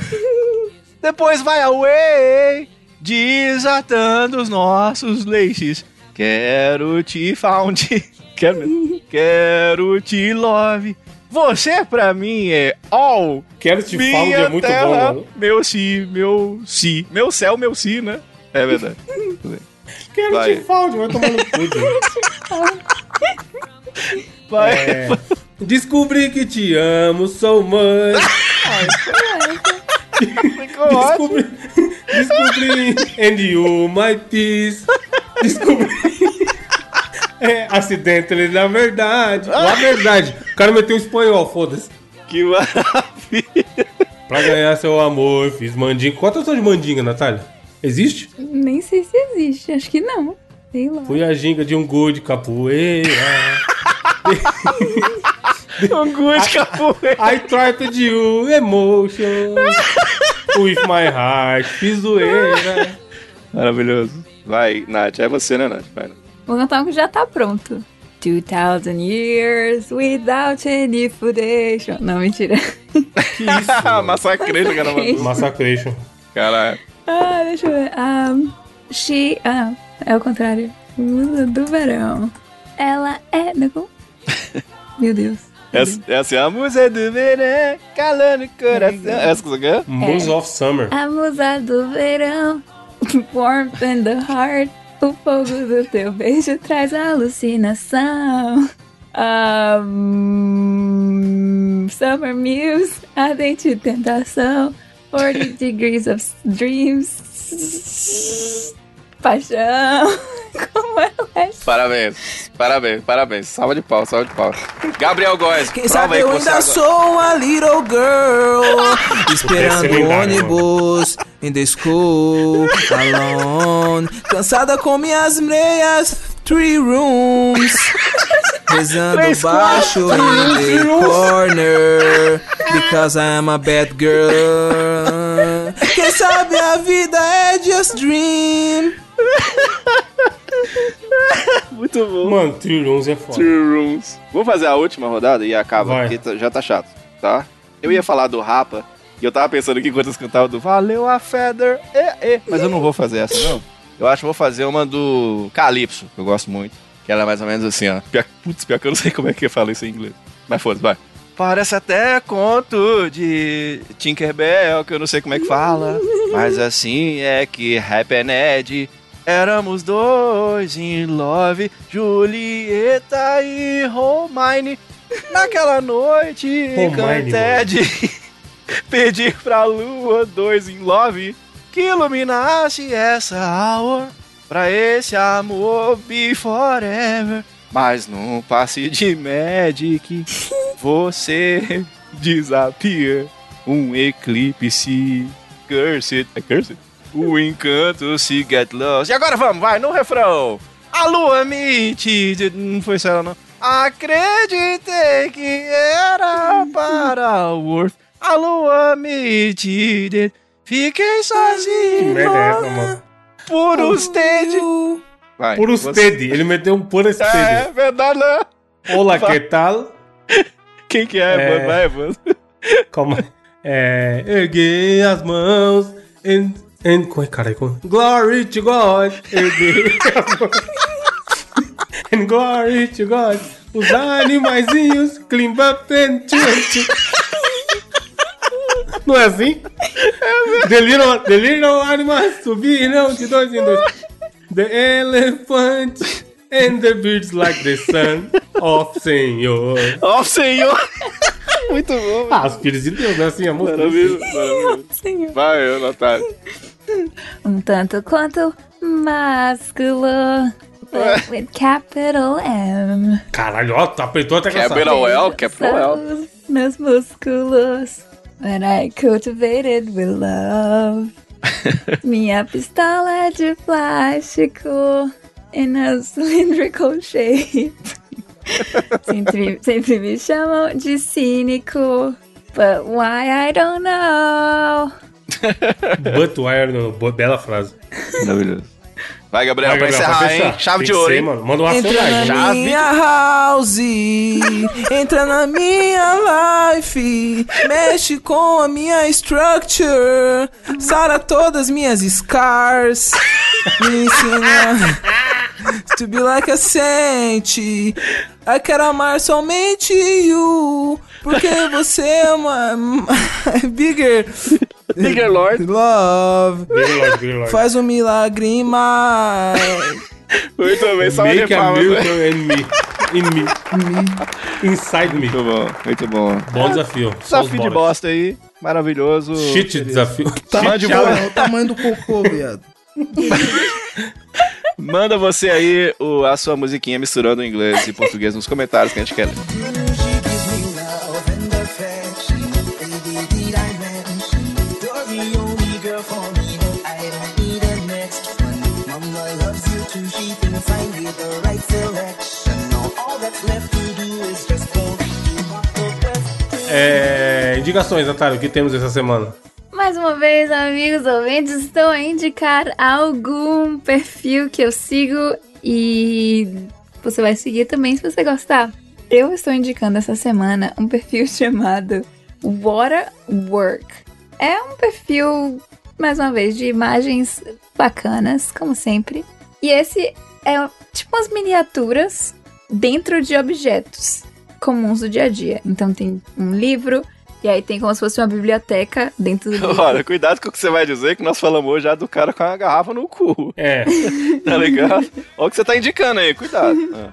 Speaker 3: Depois vai away, desatando os nossos leites. Quero te found. Quero, mesmo. Quero te love. Você pra mim é all.
Speaker 1: Quero te falar
Speaker 3: Minha
Speaker 1: é muito
Speaker 3: terra,
Speaker 1: bom, mano.
Speaker 3: Meu si, meu si. Meu céu, meu si, né? É verdade.
Speaker 1: Quero
Speaker 3: Vai.
Speaker 1: te falar, vai tomar no cu, gente.
Speaker 3: Vai.
Speaker 1: É. Descobri que te amo, sou mãe.
Speaker 3: Ficou ótimo.
Speaker 1: Descobri. Descobri. And you, my peace. Descobri. É, acidente na verdade.
Speaker 3: Ah.
Speaker 1: Na verdade. O cara meteu um espanhol, foda-se.
Speaker 3: Que maravilha.
Speaker 1: Pra ganhar seu amor, fiz mandinga. Qual a tradução de mandinga, Natália? Existe?
Speaker 2: Nem sei se existe, acho que não. Sei lá.
Speaker 1: Fui a ginga de um gol de capoeira.
Speaker 3: Um good capoeira.
Speaker 1: I tried you um emotion. With my heart, fiz zoeira.
Speaker 3: Maravilhoso. Vai, Nath. É você, né, Nath? Vai, Nath.
Speaker 2: Vou cantar um que já tá pronto. 2000 years without any foundation. Não, mentira.
Speaker 1: Que isso?
Speaker 3: Ah, massacrei o cara. mandou.
Speaker 1: Massacration.
Speaker 3: Caralho.
Speaker 2: Ah, deixa eu ver. Um, she. Ah, é o contrário. Musa do verão. Ela é. não, como? Meu Deus.
Speaker 3: Essa, essa é a música do verão, calando o
Speaker 4: Uhum.
Speaker 3: coração. Essa é? que você quer?
Speaker 1: Moons of Summer.
Speaker 2: A musa do verão. Warmth in the heart. O fogo do teu beijo traz alucinação. Um, summer Muse. Ardente tentação. 40 degrees of dreams. Paixão. Como ela é
Speaker 3: Parabéns, parabéns, parabéns. Salva de pau, salva de pau. Gabriel Góes,
Speaker 4: Quem
Speaker 3: prova
Speaker 4: sabe
Speaker 3: aí
Speaker 4: eu
Speaker 3: que você
Speaker 4: ainda
Speaker 3: agora-
Speaker 4: sou a little girl
Speaker 1: Esse é
Speaker 4: Esperando o
Speaker 1: lendário,
Speaker 4: ônibus In the school Alone Cansada com minhas meias Three rooms Rezando baixo in the corner Because I'm a bad girl Quem sabe a vida é just dream
Speaker 3: Muito bom.
Speaker 1: Mano, Three Rooms é foda.
Speaker 3: Two rooms. Vou fazer a última rodada e acaba,
Speaker 1: Vai.
Speaker 3: porque tá- já tá chato, tá? Eu ia falar do Rapa, e eu tava pensando aqui enquanto eles cantavam do Valeu a Feather, é, é. Mas eu não vou fazer essa, não. Eu acho que vou fazer uma do Calypso, que eu gosto muito. Que ela é mais ou menos assim, ó. Pior- Putz, pior que eu não sei como é que fala isso em inglês. Mas foda-se, vai. Parece até conto de Tinkerbell, que eu não sei como é que fala. Mas assim é que Happy Éramos dois in love, Julieta e Romine. Naquela noite,
Speaker 1: Romine,
Speaker 3: Encanted, pedir pra lua dois in love que iluminasse essa hour pra esse amor be forever. Mas num passe de Magic, você desapia um eclipse cursed. É cursed? O encanto se get lost. E agora vamos, vai, no refrão. A lua me te... de- Não foi isso ela, não. Acreditei que era para o Earth. A lua me te... de- Fiquei
Speaker 1: Que
Speaker 3: sozinho
Speaker 1: merda é essa, mano?
Speaker 3: por os dedos. Vai,
Speaker 1: Por os
Speaker 3: você-
Speaker 1: TED. Ele meteu um por os TED.
Speaker 3: É, verdade, né?
Speaker 1: Olá,
Speaker 3: Vai.
Speaker 1: que tal?
Speaker 3: Quem que é,
Speaker 1: É.
Speaker 3: mano? Vai, mano.
Speaker 1: Calma. É. Erguei as mãos. And. And. Ai, caralho. como- é Glory to God. Erguei as mãos. And glory to God. Os animaizinhos. Climb up and twist. Não é assim? Deliram, deliram animais. Subiram de dois em dois. The elephant. And the birds like the sun of Senhor.
Speaker 3: Ó, senhor. Muito bom, mano.
Speaker 1: Ah, os filhos de Deus, né? Assim, a música.
Speaker 3: Maravilhoso, maravilhoso.
Speaker 2: Senhor.
Speaker 3: Vai, Natália.
Speaker 2: Um tanto quanto másculo. but With capital M.
Speaker 1: Caralho, ó, tu apertou até cansado.
Speaker 3: Capital L,
Speaker 2: São
Speaker 3: Capital L.
Speaker 2: os Meus músculos. When I cultivated with love. Minha pistola é de plástico. In a cylindrical shape. sempre, sempre me chamam de cínico. But why I don't know.
Speaker 1: Butwire, no, bo- bela frase.
Speaker 3: Maravilhoso. Vai, Gabriel,
Speaker 1: Vai,
Speaker 3: pra
Speaker 1: Gabriel,
Speaker 3: encerrar,
Speaker 1: pra fechar.
Speaker 3: hein? Chave
Speaker 1: Tem
Speaker 3: de
Speaker 1: que
Speaker 3: ouro,
Speaker 1: ser,
Speaker 3: hein?
Speaker 1: mano. Manda uma
Speaker 4: Entra na
Speaker 1: acionagem.
Speaker 3: Tá já vi.
Speaker 4: minha house, entra na minha life, mexe com a minha structure, sara todas minhas scars, me ensina to be like a saint. I quero amar somente you, porque você é uma bigger,
Speaker 3: Bigger Lord.
Speaker 4: love.
Speaker 1: Big Lord, Big Lord.
Speaker 4: Faz um milagre em mais.
Speaker 3: Muito bem, salve de
Speaker 1: Make a
Speaker 3: palmas. né?
Speaker 1: miracle in me. In me. Inside me.
Speaker 3: Muito bom, muito bom.
Speaker 1: Bom desafio. Só os
Speaker 3: Desafio de
Speaker 1: bolas.
Speaker 3: bosta Tá. aí, maravilhoso.
Speaker 1: Shit desafio.
Speaker 3: Tamanho de boa.
Speaker 4: o tamanho do cocô, viado.
Speaker 3: Manda você aí o- a sua musiquinha misturando inglês e português nos comentários que a gente quer. ler.
Speaker 1: É, indicações, Natália, o que temos essa semana?
Speaker 2: Mais uma vez, amigos ouvintes, estou a indicar algum perfil que eu sigo e você vai seguir também se você gostar. Eu estou indicando essa semana um perfil chamado Waterwork. É um perfil, mais uma vez, de imagens bacanas, como sempre. E esse é tipo umas miniaturas dentro de objetos comuns do dia a dia. Então tem um livro, e aí tem como se fosse uma biblioteca dentro do livro.
Speaker 3: Ora, cuidado com o que você vai dizer, que nós falamos hoje já do cara com a garrafa no cu,
Speaker 1: É,
Speaker 3: tá ligado? Olha o que você tá indicando aí, cuidado. Ah.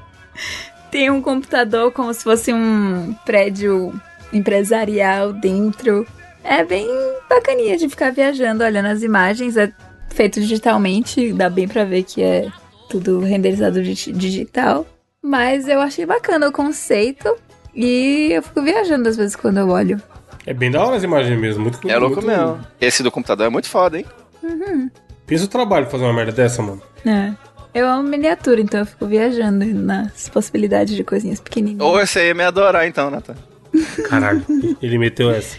Speaker 2: Tem um computador como se fosse um prédio empresarial dentro. É bem bacaninha de ficar viajando, olhando as imagens. É feito digitalmente, dá bem pra ver que é tudo renderizado digi- digital. Mas eu achei bacana o conceito e eu fico viajando às vezes quando eu olho.
Speaker 1: é bem da hora as imagens mesmo. Muito,
Speaker 3: É louco
Speaker 1: muito-
Speaker 3: mesmo. Esse do computador é muito foda, hein?
Speaker 1: Pensa o trabalho pra fazer uma merda dessa, mano.
Speaker 2: É. Eu amo miniatura, então eu fico viajando nas possibilidades de coisinhas pequenininhas.
Speaker 3: Ou esse aí ia me adorar então, Nathan.
Speaker 1: Caralho, ele meteu essa.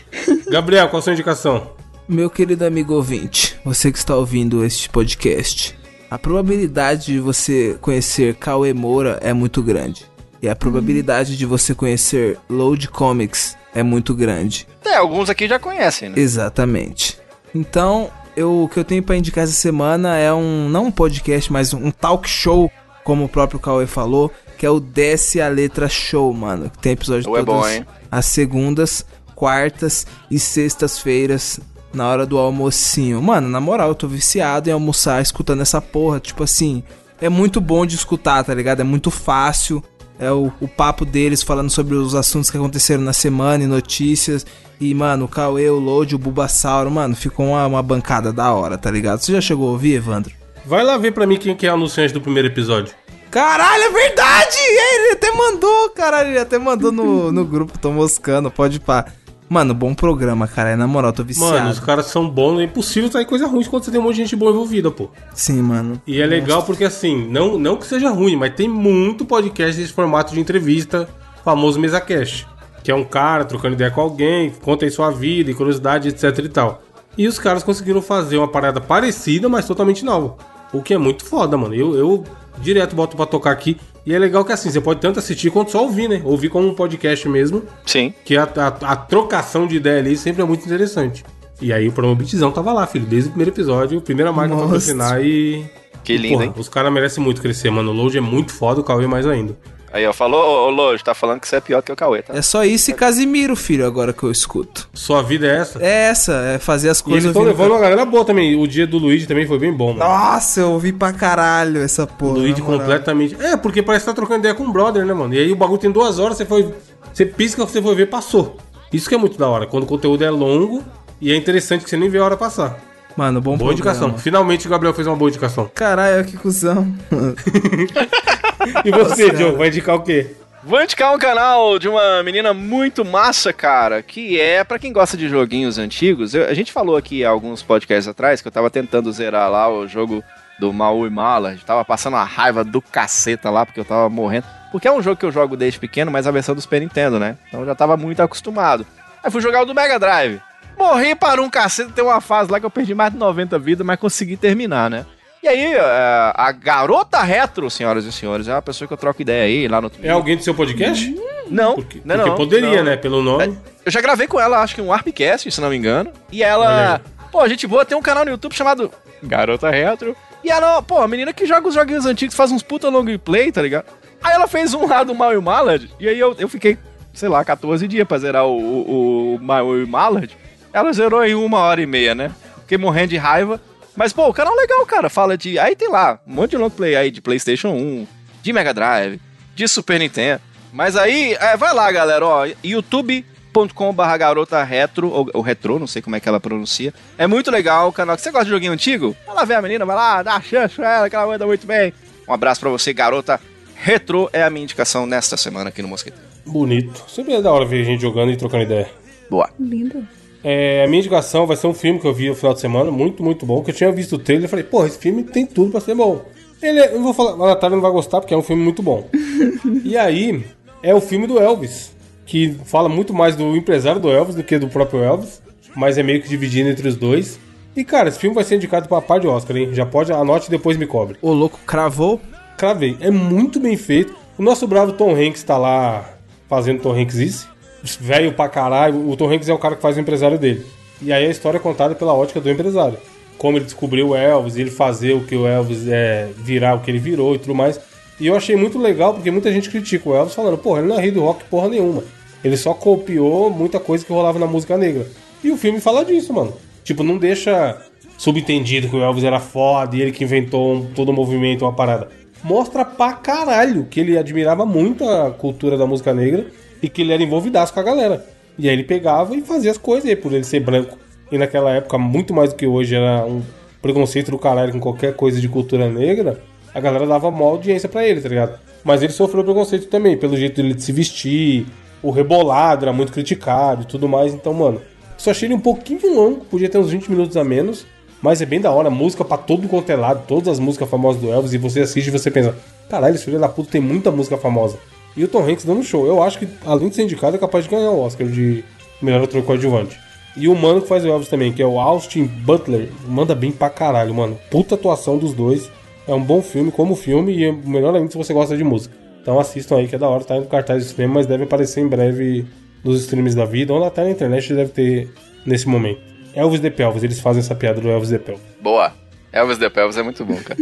Speaker 1: Gabriel, qual a sua indicação?
Speaker 4: Meu querido amigo ouvinte, você que está ouvindo este podcast, a probabilidade de você conhecer Cauê Moura é muito grande. E a probabilidade de você conhecer Load Comics é muito grande.
Speaker 3: É, alguns aqui já conhecem, né?
Speaker 4: Exatamente. Então, eu, o que eu tenho pra indicar essa semana é um, não um podcast, mas um talk show, como o próprio Cauê falou, que é o Desce a Letra Show, mano. Tem episódio
Speaker 3: Ou é
Speaker 4: todas
Speaker 3: bom, hein?
Speaker 4: as segundas, quartas e sextas-feiras na hora do almocinho. Mano, na moral, eu tô viciado em almoçar escutando essa porra, tipo assim, é muito bom de escutar, tá ligado? É muito fácil. É o, o papo deles falando sobre os assuntos que aconteceram na semana e notícias. E, mano, o Cauê, o Load, o Bubasauro, mano, ficou uma, uma bancada da hora, tá ligado? Você já chegou a ouvir, Evandro?
Speaker 1: Vai lá ver pra mim quem que é o anunciante do primeiro episódio.
Speaker 4: Caralho, é verdade! É, Ele até mandou, caralho, ele até mandou no, no grupo, tô moscando, pode pá. Mano, bom programa, cara, é, na moral, tô viciado.
Speaker 1: Mano, os caras são bons, é impossível sair coisa ruim quando você tem um monte de gente boa envolvida, pô.
Speaker 4: Sim, mano.
Speaker 1: E é legal porque assim, não, não que seja ruim, mas tem muito podcast nesse formato de entrevista, famoso mesa cash, que é um cara trocando ideia com alguém, conta aí sua vida e curiosidade, etc e tal. E os caras conseguiram fazer uma parada parecida, mas totalmente nova. O que é muito foda, mano. Eu, eu direto boto pra tocar aqui. E é legal que assim, você pode tanto assistir quanto só ouvir, né? Ouvir como um podcast mesmo,
Speaker 3: Sim.
Speaker 1: que a, a- a trocação de ideia ali sempre é muito interessante. E aí o programa Bitzão tava lá, filho, desde o primeiro episódio, primeira marca pra
Speaker 4: Nossa.
Speaker 1: patrocinar e
Speaker 3: Que lindo,
Speaker 1: Porra,
Speaker 3: hein?
Speaker 1: Os caras merecem muito crescer, mano. O Load é muito foda, o Cauê mais ainda.
Speaker 3: Aí, ó, falou, ô Lojo, tá falando que você é pior que o Cauê, tá?
Speaker 4: É só isso e Casimiro, filho, agora que eu escuto.
Speaker 1: Sua vida é essa.
Speaker 4: É essa, é fazer as
Speaker 1: e eles
Speaker 4: coisas.
Speaker 1: estão
Speaker 4: ouvindo-
Speaker 1: levando uma galera boa também. O dia do Luigi também foi bem bom, mano.
Speaker 4: Nossa, eu ouvi pra caralho essa porra.
Speaker 1: o Luigi
Speaker 4: na moral.
Speaker 1: completamente. É, porque parece que tá trocando ideia com o brother, né, mano? E aí o bagulho tem duas horas, você foi. Você pisca, você foi ver, passou. Isso que é muito da hora, quando o conteúdo é longo e é interessante que você nem vê a hora passar.
Speaker 4: Mano, bom
Speaker 1: Boa
Speaker 4: programa.
Speaker 1: indicação. Finalmente o Gabriel fez uma boa indicação.
Speaker 4: Caralho, que cuzão.
Speaker 1: E você, Diogo, vai indicar o quê?
Speaker 3: Vou indicar um canal de uma menina muito massa, cara, que é, pra quem gosta de joguinhos antigos, eu- a gente falou aqui há alguns podcasts atrás que eu tava tentando zerar lá o jogo do Maui e Mala, eu tava passando uma raiva do caceta lá, porque eu tava morrendo. Porque é um jogo que eu jogo desde pequeno, mas a versão do Super Nintendo, né? Então eu já tava muito acostumado. Aí fui jogar o do Mega Drive. Morri para um cacete, tem uma fase lá que eu perdi mais de 90 vidas, mas consegui terminar, né? E aí, é, a garota retro, senhoras e senhores, é uma pessoa que eu troco ideia aí lá no
Speaker 1: É alguém do seu podcast?
Speaker 3: Não,
Speaker 1: Porque,
Speaker 3: não,
Speaker 1: porque
Speaker 3: não,
Speaker 1: poderia,
Speaker 3: não. É.
Speaker 1: né? Pelo nome.
Speaker 3: Eu já gravei com ela, acho que um Arpcast, se não me engano. E ela,
Speaker 1: Olha
Speaker 3: pô, gente boa, tem um canal no YouTube chamado Garota Retro. E ela, pô, a menina que joga os joguinhos antigos, faz uns puta long play, tá ligado? Aí ela fez um lá do Mal e Mallard, e aí eu, eu fiquei, sei lá, 14 dias pra zerar o, o, o Mal e Mallard. Ela zerou em uma hora e meia, né? Fiquei morrendo de raiva. Mas, pô, o canal é legal, cara. Fala de. Aí tem lá, um monte de long play aí de PlayStation 1, de Mega Drive, de Super Nintendo. Mas aí, é, vai lá, galera, ó, youtube.com.br garota retro, ou, ou retro, não sei como é que ela pronuncia. É muito legal o canal. Você gosta de joguinho antigo? Vai lá ver a menina, vai lá, dá a chance pra ela, que ela manda muito bem. Um abraço pra você, garota retro, é a minha indicação nesta semana aqui no Mosqueteiro.
Speaker 1: Bonito. Sempre é da hora ver gente jogando e trocando ideia.
Speaker 3: Boa.
Speaker 2: Lindo.
Speaker 1: É, a minha indicação vai ser um filme que eu vi no final de semana, muito, muito bom, que eu tinha visto o trailer e falei, porra, esse filme tem tudo pra ser bom. Ele é, eu vou falar, a Natália não vai gostar porque é um filme muito bom. e aí, é o filme do Elvis, que fala muito mais do empresário do Elvis do que do próprio Elvis, mas é meio que dividido entre os dois. E cara, esse filme vai ser indicado pra par de Oscar, hein? Já pode, anote e depois me cobre.
Speaker 4: O louco cravou.
Speaker 1: Cravei, é muito bem feito. O nosso bravo Tom Hanks tá lá fazendo Tom Hanks isso. Velho pra caralho. O Tom Hanks é o cara que faz o empresário dele. E aí a história é contada pela ótica do empresário. Como ele descobriu o Elvis, ele fazer o que o Elvis é, virar o que ele virou e tudo mais. E eu achei muito legal porque muita gente critica o Elvis falando, porra, ele não é rei do rock porra nenhuma. Ele só copiou muita coisa que rolava na música negra. E o filme fala disso, mano. Tipo, não deixa subentendido que o Elvis era foda e ele que inventou um- todo o movimento, uma parada. Mostra pra caralho que ele admirava muito a cultura da música negra e que ele era envolvidaço com a galera. E aí ele pegava e fazia as coisas e aí, por ele ser branco. E naquela época, muito mais do que hoje, era um preconceito do caralho com qualquer coisa de cultura negra. A galera dava mó audiência pra ele, tá ligado? Mas ele sofreu preconceito também, pelo jeito dele de se vestir, o rebolado era muito criticado e tudo mais. Então, mano, só achei ele um pouquinho longo, podia ter uns 20 minutos a menos, mas é bem da hora, música pra todo quanto é lado, todas as músicas famosas do Elvis, e você assiste e você pensa, caralho, esse filho da puta tem muita música famosa. E o Tom Hanks dando show, eu acho que, além de ser indicado, é capaz de ganhar o Oscar de melhor ator coadjuvante. E o mano que faz o Elvis também, que é o Austin Butler, manda bem pra caralho, mano. Puta atuação dos dois, é um bom filme, como filme, e é melhor ainda se você gosta de música. Então assistam aí, que é da hora, tá indo cartaz de cinema, mas deve aparecer em breve nos streams da vida, ou até na internet deve ter nesse momento. Elvis The Pelvis, eles fazem essa piada do Elvis The Pelvis.
Speaker 3: Boa. Elvis The Pelvis é muito bom, cara.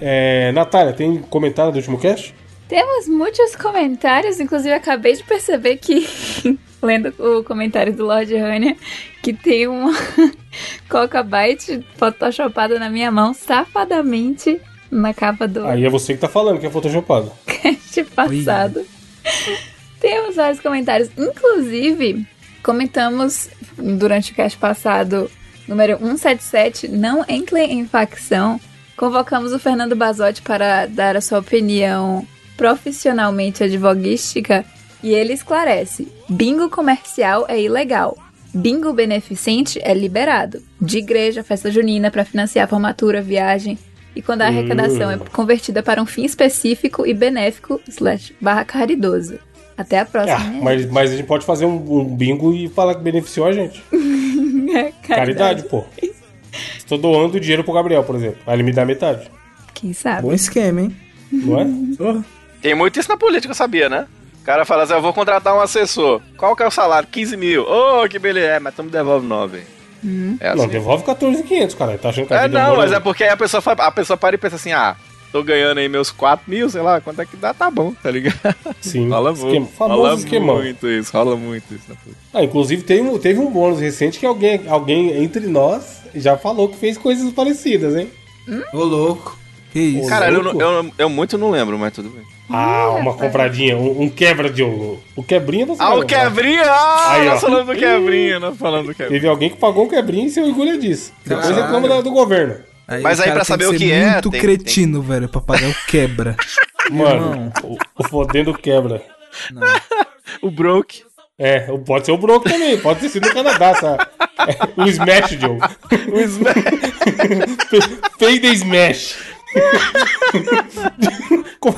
Speaker 1: É, Natália, tem comentário do último cast?
Speaker 2: Temos muitos comentários, inclusive acabei de perceber que, lendo o comentário do Lord Runner, que tem uma Coca Byte photoshopada na minha mão, safadamente, na capa do
Speaker 1: Aí é você que tá falando, que é photoshopado.
Speaker 2: podcast passado. Temos vários comentários. Inclusive, comentamos durante o cast passado, número 177, não entre em facção. Convocamos o Fernando Basotti para dar a sua opinião profissionalmente advoguística e ele esclarece: bingo comercial é ilegal. Bingo beneficente é liberado. De igreja, festa junina, para financiar formatura, viagem. E quando a arrecadação
Speaker 1: Hum.
Speaker 2: é convertida para um fim específico e benéfico, slash, barra caridoso. Até a próxima.
Speaker 1: Ah,
Speaker 2: né?
Speaker 1: mas, mas a gente pode fazer um, um bingo e falar que beneficiou a gente.
Speaker 2: É,
Speaker 1: Caridade, pô. Estou doando dinheiro pro Gabriel, por exemplo. Aí ele me dá metade,
Speaker 2: Quem sabe?
Speaker 4: Bom esquema, hein?
Speaker 1: não é?
Speaker 3: Uhum.
Speaker 4: Oh,
Speaker 3: Tem muito isso na política, sabia, né? O cara fala assim, eu vou contratar um assessor. Qual que é o salário? 15 mil. Ô, que beleza. É, mas tu me devolve 9. É
Speaker 1: Não, devolve 14,500, cara. Tá achando que a
Speaker 3: É,
Speaker 1: vida
Speaker 3: não,
Speaker 1: mole?
Speaker 3: mas é porque aí a pessoa, fa- a pessoa para e pensa assim, ah, tô ganhando aí meus 4 mil, sei lá, quanto é que dá, tá bom, tá ligado?
Speaker 1: Sim,
Speaker 3: Rola
Speaker 1: Hum, esquema,
Speaker 3: muito,
Speaker 1: famoso
Speaker 3: rola
Speaker 1: esquemão.
Speaker 3: muito isso, rola muito isso. na política.
Speaker 1: Ah, inclusive teve um, teve um bônus recente que alguém, alguém entre nós já falou que fez coisas parecidas, hein?
Speaker 4: ô louco. Que isso?
Speaker 3: Cara, eu,
Speaker 1: louco.
Speaker 3: não- eu, eu muito não lembro, mas tudo bem.
Speaker 1: Ah, uma compradinha, um, um quebra de ouro. O quebrinha né? você
Speaker 3: Ah,
Speaker 1: vai
Speaker 3: o
Speaker 1: lembrar.
Speaker 3: Quebrinha! Ah,
Speaker 1: Aí, ó.
Speaker 3: nós falando do Quebrinha, nós falando do Quebrinha.
Speaker 1: Teve alguém que pagou um quebrinha e se orgulha disso. Depois
Speaker 4: Caralho.
Speaker 1: reclama da- do governo.
Speaker 3: Mas
Speaker 4: o
Speaker 3: aí pra
Speaker 4: cara tem
Speaker 3: saber o
Speaker 4: ser
Speaker 3: que é,
Speaker 4: Muito
Speaker 3: tem-
Speaker 4: cretino, velho, pra pagar o quebra.
Speaker 1: Mano, o, o fodendo quebra.
Speaker 3: O Broke.
Speaker 1: É, o- pode ser o Broco também, pode ter sido no Canadá, sabe? É, o Smash, Joe.
Speaker 3: O Smash.
Speaker 1: Fade the Smash. Como-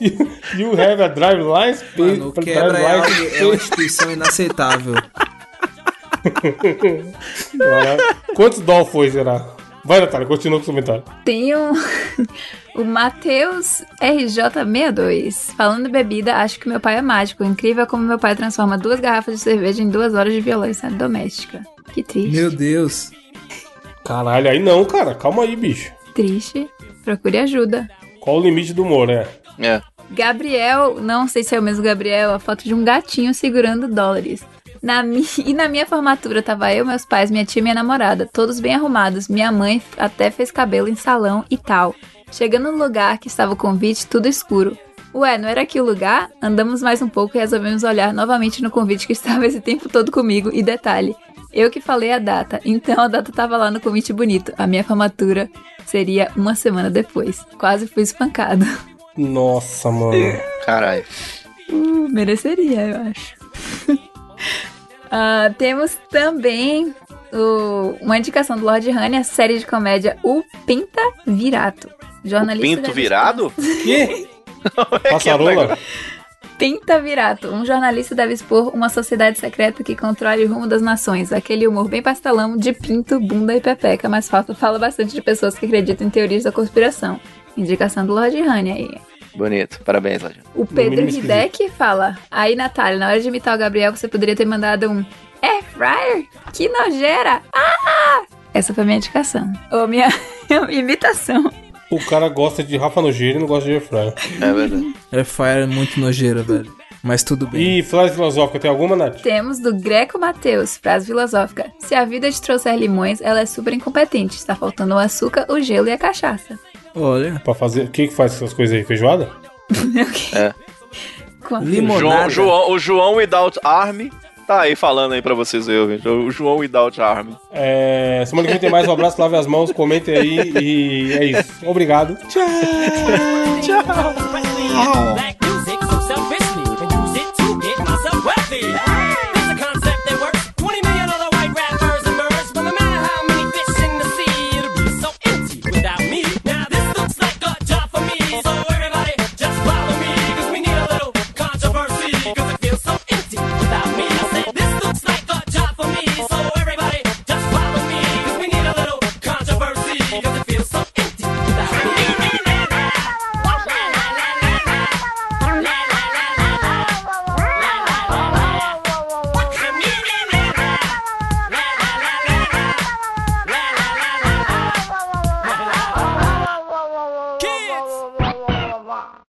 Speaker 1: you, you have a drive license?
Speaker 4: Mano, o
Speaker 1: Drive
Speaker 4: quebra é, algo,
Speaker 1: license,
Speaker 4: é uma instituição inaceitável.
Speaker 1: Caralho. Quantos doll foi, será? Vai, Natália, continua com o comentário.
Speaker 2: Tem um, o Matheus RJ62. Falando bebida, acho que meu pai é mágico. Incrível como meu pai transforma duas garrafas de cerveja em duas horas de violência doméstica. Que triste.
Speaker 4: Meu Deus.
Speaker 1: Caralho, aí não, cara. Calma aí, bicho.
Speaker 2: Triste. Procure ajuda.
Speaker 1: Qual o limite do humor, né?
Speaker 3: É.
Speaker 2: Gabriel, não sei se é o mesmo Gabriel, a foto de um gatinho segurando dólares. Na mi... E na minha formatura tava eu, meus pais, minha tia e minha namorada, todos bem arrumados. Minha mãe até fez cabelo em salão e tal. Chegando no lugar que estava o convite, tudo escuro. Ué, não era aqui o lugar? Andamos mais um pouco e resolvemos olhar novamente no convite que estava esse tempo todo comigo. E detalhe, eu que falei a data, então a data tava lá no convite bonito. A minha formatura seria uma semana depois. Quase fui espancado.
Speaker 1: Nossa, mano.
Speaker 4: É
Speaker 3: Caralho.
Speaker 2: Uh, mereceria, eu acho. Ah, temos também o- uma indicação do Lord Honey, a série de comédia O Pinta Virato. Jornalista
Speaker 3: Pinto
Speaker 2: da-
Speaker 3: virado?
Speaker 1: Que?
Speaker 3: Como é que é o
Speaker 1: Passarola?
Speaker 3: negócio?
Speaker 2: Pinta Virato. Um jornalista deve expor uma sociedade secreta que controle o rumo das nações. Aquele humor bem pastelão de pinto, bunda e pepeca, mas fala, fala bastante de pessoas que acreditam em teorias da conspiração. Indicação do Lord Honey aí.
Speaker 3: Bonito. Parabéns, Lajano.
Speaker 2: O Pedro
Speaker 1: mínimo esquisito.
Speaker 2: Hideki fala: Aí, Natália, na hora de imitar o Gabriel, você poderia ter mandado um Air Fryer? Que nojeira! Ah! Essa foi minha indicação. Ou minha imitação.
Speaker 1: O cara gosta de Rafa Nogueira e não gosta de Efraim.
Speaker 3: É verdade.
Speaker 4: Airfire é muito nojeira, velho. Mas tudo bem.
Speaker 1: E frase filosófica, tem alguma, Nath?
Speaker 2: Temos do Greco Mateus, frase filosófica: Se a vida te trouxer limões, ela é super incompetente. Está faltando o açúcar, o gelo e a cachaça.
Speaker 4: Olha.
Speaker 1: Pra fazer. O que que faz essas coisas aí? Feijoada?
Speaker 2: Com-
Speaker 4: Limonada.
Speaker 3: João, João, o João Without Arm tá aí falando aí pra vocês aí, gente. O João Without Arm.
Speaker 1: É, semana que vem tem mais. Um abraço, lave as mãos, comentem aí e é isso. Obrigado. Tchau.
Speaker 6: Presley, Elvis Presley, Black